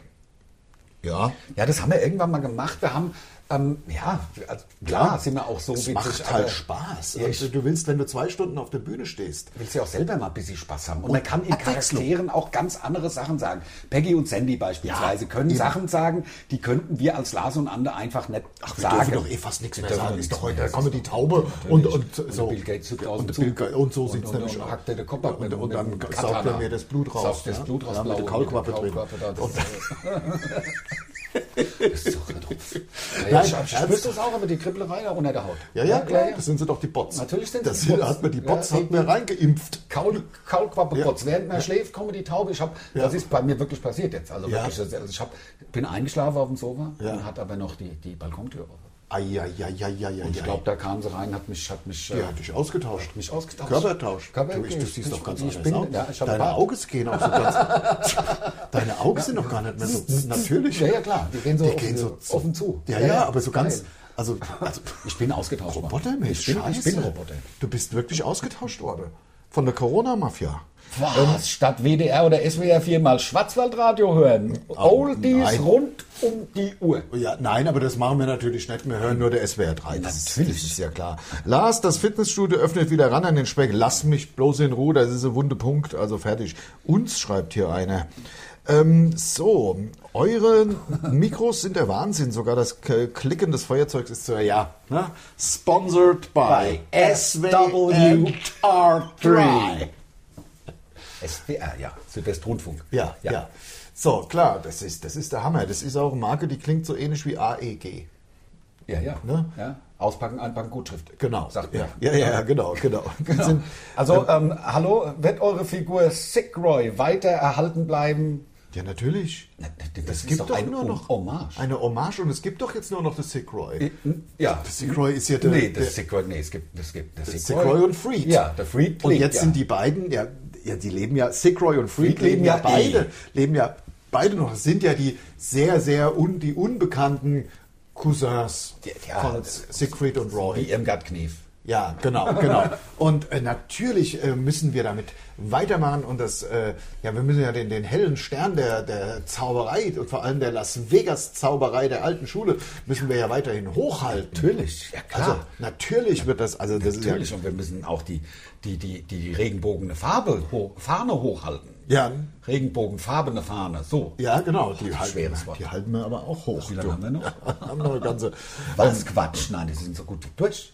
Speaker 1: Ja.
Speaker 2: Ja, das haben wir irgendwann mal gemacht. Wir haben, ähm, ja, also klar sind wir auch so
Speaker 1: Es
Speaker 2: witzig,
Speaker 1: macht
Speaker 2: aber-
Speaker 1: halt Spaß.
Speaker 2: Ja,
Speaker 1: Also, du willst, wenn du zwei Stunden auf der Bühne stehst.
Speaker 2: willst ja auch selber mal ein bisschen Spaß haben. Und, man kann in
Speaker 1: Abwechslung.
Speaker 2: Charakteren auch ganz andere Sachen sagen. Peggy und Sandy beispielsweise können Sachen sagen, die könnten wir als Lars und Ander einfach nicht
Speaker 1: Wir
Speaker 2: sagen.
Speaker 1: dürfen doch eh fast nichts
Speaker 2: Wir
Speaker 1: mehr
Speaker 2: dürfen
Speaker 1: sagen.
Speaker 2: nichts
Speaker 1: Ist doch
Speaker 2: mehr
Speaker 1: heute, da
Speaker 2: sagen.
Speaker 1: kommen die Taube und, und,
Speaker 2: Und
Speaker 1: so.
Speaker 2: Bill Gates hüpft aus
Speaker 1: und,
Speaker 2: dem
Speaker 1: Bill
Speaker 2: Zug.
Speaker 1: Ga- und so
Speaker 2: Und-
Speaker 1: sieht es
Speaker 2: und-
Speaker 1: nämlich
Speaker 2: und
Speaker 1: aus.
Speaker 2: hackt er den Kopf ab
Speaker 1: Und,
Speaker 2: mit-
Speaker 1: und
Speaker 2: mit
Speaker 1: dann
Speaker 2: dem
Speaker 1: saugt
Speaker 2: Katana.
Speaker 1: er mir das Blut raus. ne?
Speaker 2: Saugt das Blut raus,
Speaker 1: Ja, mit der
Speaker 2: blau und
Speaker 1: Kaulquappe
Speaker 2: mit der
Speaker 1: drin.
Speaker 2: Kaulquappe da, das
Speaker 1: Und,
Speaker 2: ist- Das ist doch ein Rupf. Ja, ich, ich spürst das auch, aber die Kribblerei da unter der Haut.
Speaker 1: Ja, ja, klar, das sind sie doch die Bots.
Speaker 2: Natürlich sind sie
Speaker 1: das
Speaker 2: die
Speaker 1: sind,
Speaker 2: Bots.
Speaker 1: hat man die
Speaker 2: Ja,
Speaker 1: Bots hat
Speaker 2: eben.
Speaker 1: man reingeimpft.
Speaker 2: Kaul, Kaulquappe-Kotz. Während man schläft, kommen die Taube. Ich hab,
Speaker 1: Ja.
Speaker 2: Das ist bei mir wirklich passiert jetzt. Also
Speaker 1: Ja.
Speaker 2: wirklich, das- also ich hab, bin eingeschlafen auf dem Sofa
Speaker 1: Ja.
Speaker 2: und hat aber noch die, die Balkontür offen.
Speaker 1: Eieieiei.
Speaker 2: Ich glaube, da kam sie rein, hat mich, hat mich,
Speaker 1: Die
Speaker 2: äh,
Speaker 1: hat dich ausgetauscht.
Speaker 2: mich ausgetauscht.
Speaker 1: Körpertausch.
Speaker 2: Körper-
Speaker 1: du, ich, du siehst doch ganz
Speaker 2: ich
Speaker 1: anders
Speaker 2: bin-
Speaker 1: aus.
Speaker 2: ja, ich hab
Speaker 1: Deine
Speaker 2: Bart.
Speaker 1: Augen gehen auch so ganz. Deine Augen sind doch gar nicht mehr so. Natürlich.
Speaker 2: Ja, ja, klar. Die gehen so,
Speaker 1: Die
Speaker 2: offen,
Speaker 1: gehen so zu.
Speaker 2: offen zu.
Speaker 1: Ja, ja, aber so ganz.
Speaker 2: Geil.
Speaker 1: Also, also
Speaker 2: Ich bin ausgetauscht worden.
Speaker 1: Robotermensch.
Speaker 2: Ich bin, ich bin
Speaker 1: scheiße.
Speaker 2: Roboter.
Speaker 1: Du bist wirklich ausgetauscht worden. Von der Corona-Mafia.
Speaker 2: Was? Statt WDR oder SWR viermal Schwarzwaldradio hören. Oldies
Speaker 1: nein.
Speaker 2: rund um die Uhr.
Speaker 1: Ja, nein, aber das machen wir natürlich nicht. Wir hören nur der SWR 3. Das, das
Speaker 2: Natürlich.
Speaker 1: ist ja klar. Lars, das Fitnessstudio öffnet wieder ran an den Speck. Lass mich bloß in Ruhe, das ist ein wunder Punkt. Also fertig. Uns schreibt hier einer. Ähm, so, eure Mikros sind der Wahnsinn. Sogar das K- Klicken des Feuerzeugs ist so, ja. Ne? Sponsored by SWR3.
Speaker 2: SWR, ja. Südwestrundfunk.
Speaker 1: Ja, ja, ja. So, klar, das ist, das ist der Hammer. Das ist auch eine Marke, die klingt so ähnlich wie E AEG.
Speaker 2: Ja, ja.
Speaker 1: Ne?
Speaker 2: ja. Auspacken, anpacken, Gutschrift.
Speaker 1: Genau.
Speaker 2: Sagt
Speaker 1: ja.
Speaker 2: man.
Speaker 1: ja, ja, ja, genau, genau.
Speaker 2: Genau.
Speaker 1: Sind,
Speaker 2: Also, ähm, hallo, wird eure Figur Sick Roy weiter erhalten bleiben?
Speaker 1: ja, natürlich.
Speaker 2: Na, na, Das,
Speaker 1: Es gibt doch, nur noch
Speaker 2: Hommage. Hm?
Speaker 1: eine Hommage und es gibt doch jetzt nur noch das Sick Roy.
Speaker 2: ja.
Speaker 1: Das Sick Roy ist ja der,
Speaker 2: nee,
Speaker 1: der
Speaker 2: das Sick Roy, nee, es gibt, es gibt das
Speaker 1: Sick Roy und Freed.
Speaker 2: Ja, der Freed
Speaker 1: und
Speaker 2: lebt,
Speaker 1: jetzt
Speaker 2: ja.
Speaker 1: sind die beiden, ja, ja, die leben ja, Sick Roy und Freed
Speaker 2: Freed
Speaker 1: leben ja,
Speaker 2: leben ja eh.
Speaker 1: beide, leben ja beide noch. Das sind ja die sehr, sehr un, die unbekannten Cousins
Speaker 2: Ja, ja.
Speaker 1: von Siegfried und Roy.
Speaker 2: Wie Irmgard Knef.
Speaker 1: Ja, genau, genau. Und äh, natürlich äh, müssen wir damit weitermachen und das, äh, ja, wir müssen ja den, den hellen Stern der, der Zauberei und vor allem der Las Vegas-Zauberei der alten Schule müssen wir ja weiterhin hochhalten.
Speaker 2: Natürlich, ja klar.
Speaker 1: Also natürlich wird das, also das
Speaker 2: Natürlich,
Speaker 1: ist
Speaker 2: und wir müssen auch die, die, die, die regenbogene Farbe, ho Fahne hochhalten.
Speaker 1: ja... Ja,
Speaker 2: Regenbogenfarbene Fahne, so.
Speaker 1: ja, genau, die
Speaker 2: Ach,
Speaker 1: halten,
Speaker 2: schweres Wort.
Speaker 1: die halten wir aber auch hoch.
Speaker 2: Wie lange
Speaker 1: du.
Speaker 2: haben wir noch?
Speaker 1: haben noch eine ganze...
Speaker 2: Was Quatsch, nein, die sind so gut durch.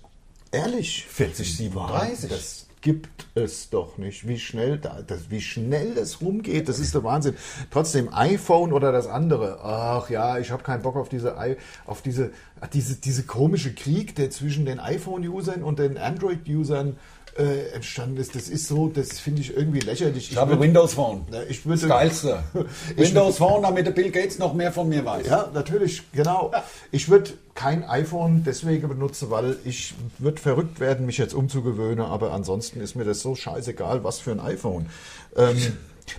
Speaker 1: Ehrlich?
Speaker 2: 40, 37.
Speaker 1: Das gibt es doch nicht. Wie schnell da, das, wie schnell das rumgeht, das ist der Wahnsinn. Trotzdem iPhone oder das andere. Ach ja, ich habe keinen Bock auf diese, i- auf diese, ach, diese, diese komische Krieg, der zwischen den iPhone-Usern und den Android-Usern äh, entstanden ist. Das ist so, das finde ich irgendwie lächerlich.
Speaker 2: Ich habe
Speaker 1: würd-
Speaker 2: Windows Phone.
Speaker 1: Na, ich würde-
Speaker 2: das Geilste. Windows Phone, damit der Bill Gates noch mehr von mir weiß.
Speaker 1: Ja, natürlich, genau. Ich würde kein iPhone deswegen benutzen, weil ich würde verrückt werden, mich jetzt umzugewöhnen, aber ansonsten ist mir das so scheißegal, was für ein iPhone. Ähm,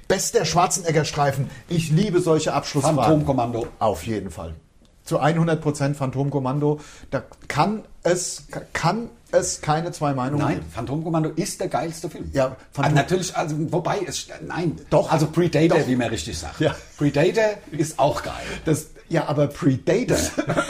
Speaker 1: bester Schwarzenegger-Streifen. Ich liebe solche Abschlussfragen.
Speaker 2: Phantomkommando.
Speaker 1: Auf jeden Fall. Zu 100% Phantomkommando. Da kann es, kann es keine zwei Meinungen
Speaker 2: Nein,
Speaker 1: geben.
Speaker 2: Phantomkommando ist der geilste Film.
Speaker 1: Ja, Phantom-
Speaker 2: Ah, natürlich, also wobei es nein,
Speaker 1: Doch.
Speaker 2: also Predator,
Speaker 1: Doch.
Speaker 2: wie man richtig sagt.
Speaker 1: Ja.
Speaker 2: Predator ist auch geil.
Speaker 1: Das, ja, aber Predator.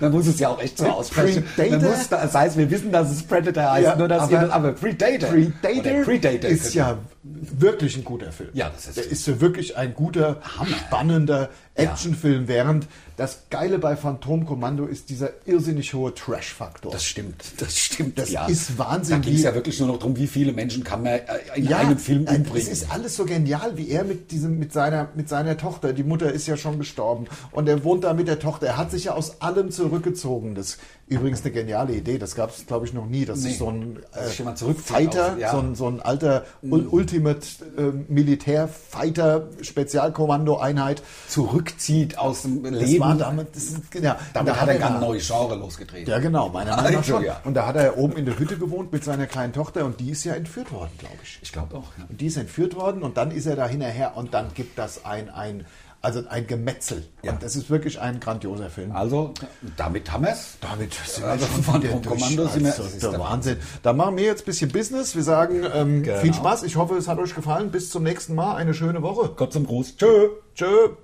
Speaker 2: Man muss es ja auch echt so aussprechen. Man
Speaker 1: Predator?
Speaker 2: muss, das heißt, wir wissen, dass es Predator heißt,
Speaker 1: Ja,
Speaker 2: nur dass
Speaker 1: aber-
Speaker 2: ihr, aber Predator,
Speaker 1: Predator,
Speaker 2: Oder Predator
Speaker 1: ist ja wirklich ein guter Film.
Speaker 2: Ja, das ist-
Speaker 1: Der ist so wirklich ein guter,
Speaker 2: Hammer.
Speaker 1: spannender Actionfilm, während das Geile bei Phantom Kommando ist dieser irrsinnig hohe Trash-Faktor.
Speaker 2: Das stimmt, das stimmt.
Speaker 1: Das
Speaker 2: ja.
Speaker 1: ist Wahnsinn,
Speaker 2: Da ging es
Speaker 1: wie-
Speaker 2: ja wirklich nur noch darum, wie viele Menschen kann man äh, in einem Film
Speaker 1: äh,
Speaker 2: umbringen.
Speaker 1: Es ist alles so genial, wie er mit diesem, mit seiner, mit seiner Tochter, die Mutter ist ja schon gestorben und er wohnt da mit der Tochter. Er hat sich ja aus allem zurückgezogen. Das ist übrigens eine geniale Idee. Das gab es, glaube ich, noch nie, dass
Speaker 2: Nee.
Speaker 1: sich so ein
Speaker 2: Dass sich jemand
Speaker 1: äh,
Speaker 2: zurückzieht
Speaker 1: Fighter,
Speaker 2: auf- ja. Mhm.
Speaker 1: so, ein, so ein alter Ul- Ultimate äh, Militär-Fighter-Spezialkommando-Einheit.
Speaker 2: zurückzieht aus dem
Speaker 1: Das war
Speaker 2: Leben.
Speaker 1: damit, das ist, genau. Und
Speaker 2: Damit
Speaker 1: da
Speaker 2: hat er
Speaker 1: da-
Speaker 2: ganz neue Genre losgetreten.
Speaker 1: Ja, genau, meiner Meinung nach schon.
Speaker 2: Entschuldigung, ja.
Speaker 1: Und da hat er oben in der Hütte gewohnt mit seiner kleinen Tochter und die ist ja entführt worden, glaube ich.
Speaker 2: Ich glaube auch. Ja.
Speaker 1: Und die ist entführt worden und dann ist er da hinterher und dann gibt das ein, ein, also ein Gemetzel.
Speaker 2: Ja.
Speaker 1: Und das ist wirklich ein grandioser Film.
Speaker 2: Also, damit haben wir es.
Speaker 1: Damit sind
Speaker 2: Also
Speaker 1: schon
Speaker 2: von
Speaker 1: wieder
Speaker 2: Tom
Speaker 1: durch.
Speaker 2: Kommando sind wir-
Speaker 1: Also,
Speaker 2: das
Speaker 1: das
Speaker 2: ist
Speaker 1: ist der
Speaker 2: der
Speaker 1: Wahnsinn. Da machen wir jetzt ein bisschen Business. Wir sagen ähm,
Speaker 2: Genau.
Speaker 1: viel Spaß. Ich hoffe, es hat euch gefallen. Bis zum nächsten Mal. Eine schöne Woche.
Speaker 2: Gott zum Gruß. Tschö.
Speaker 1: Tschö.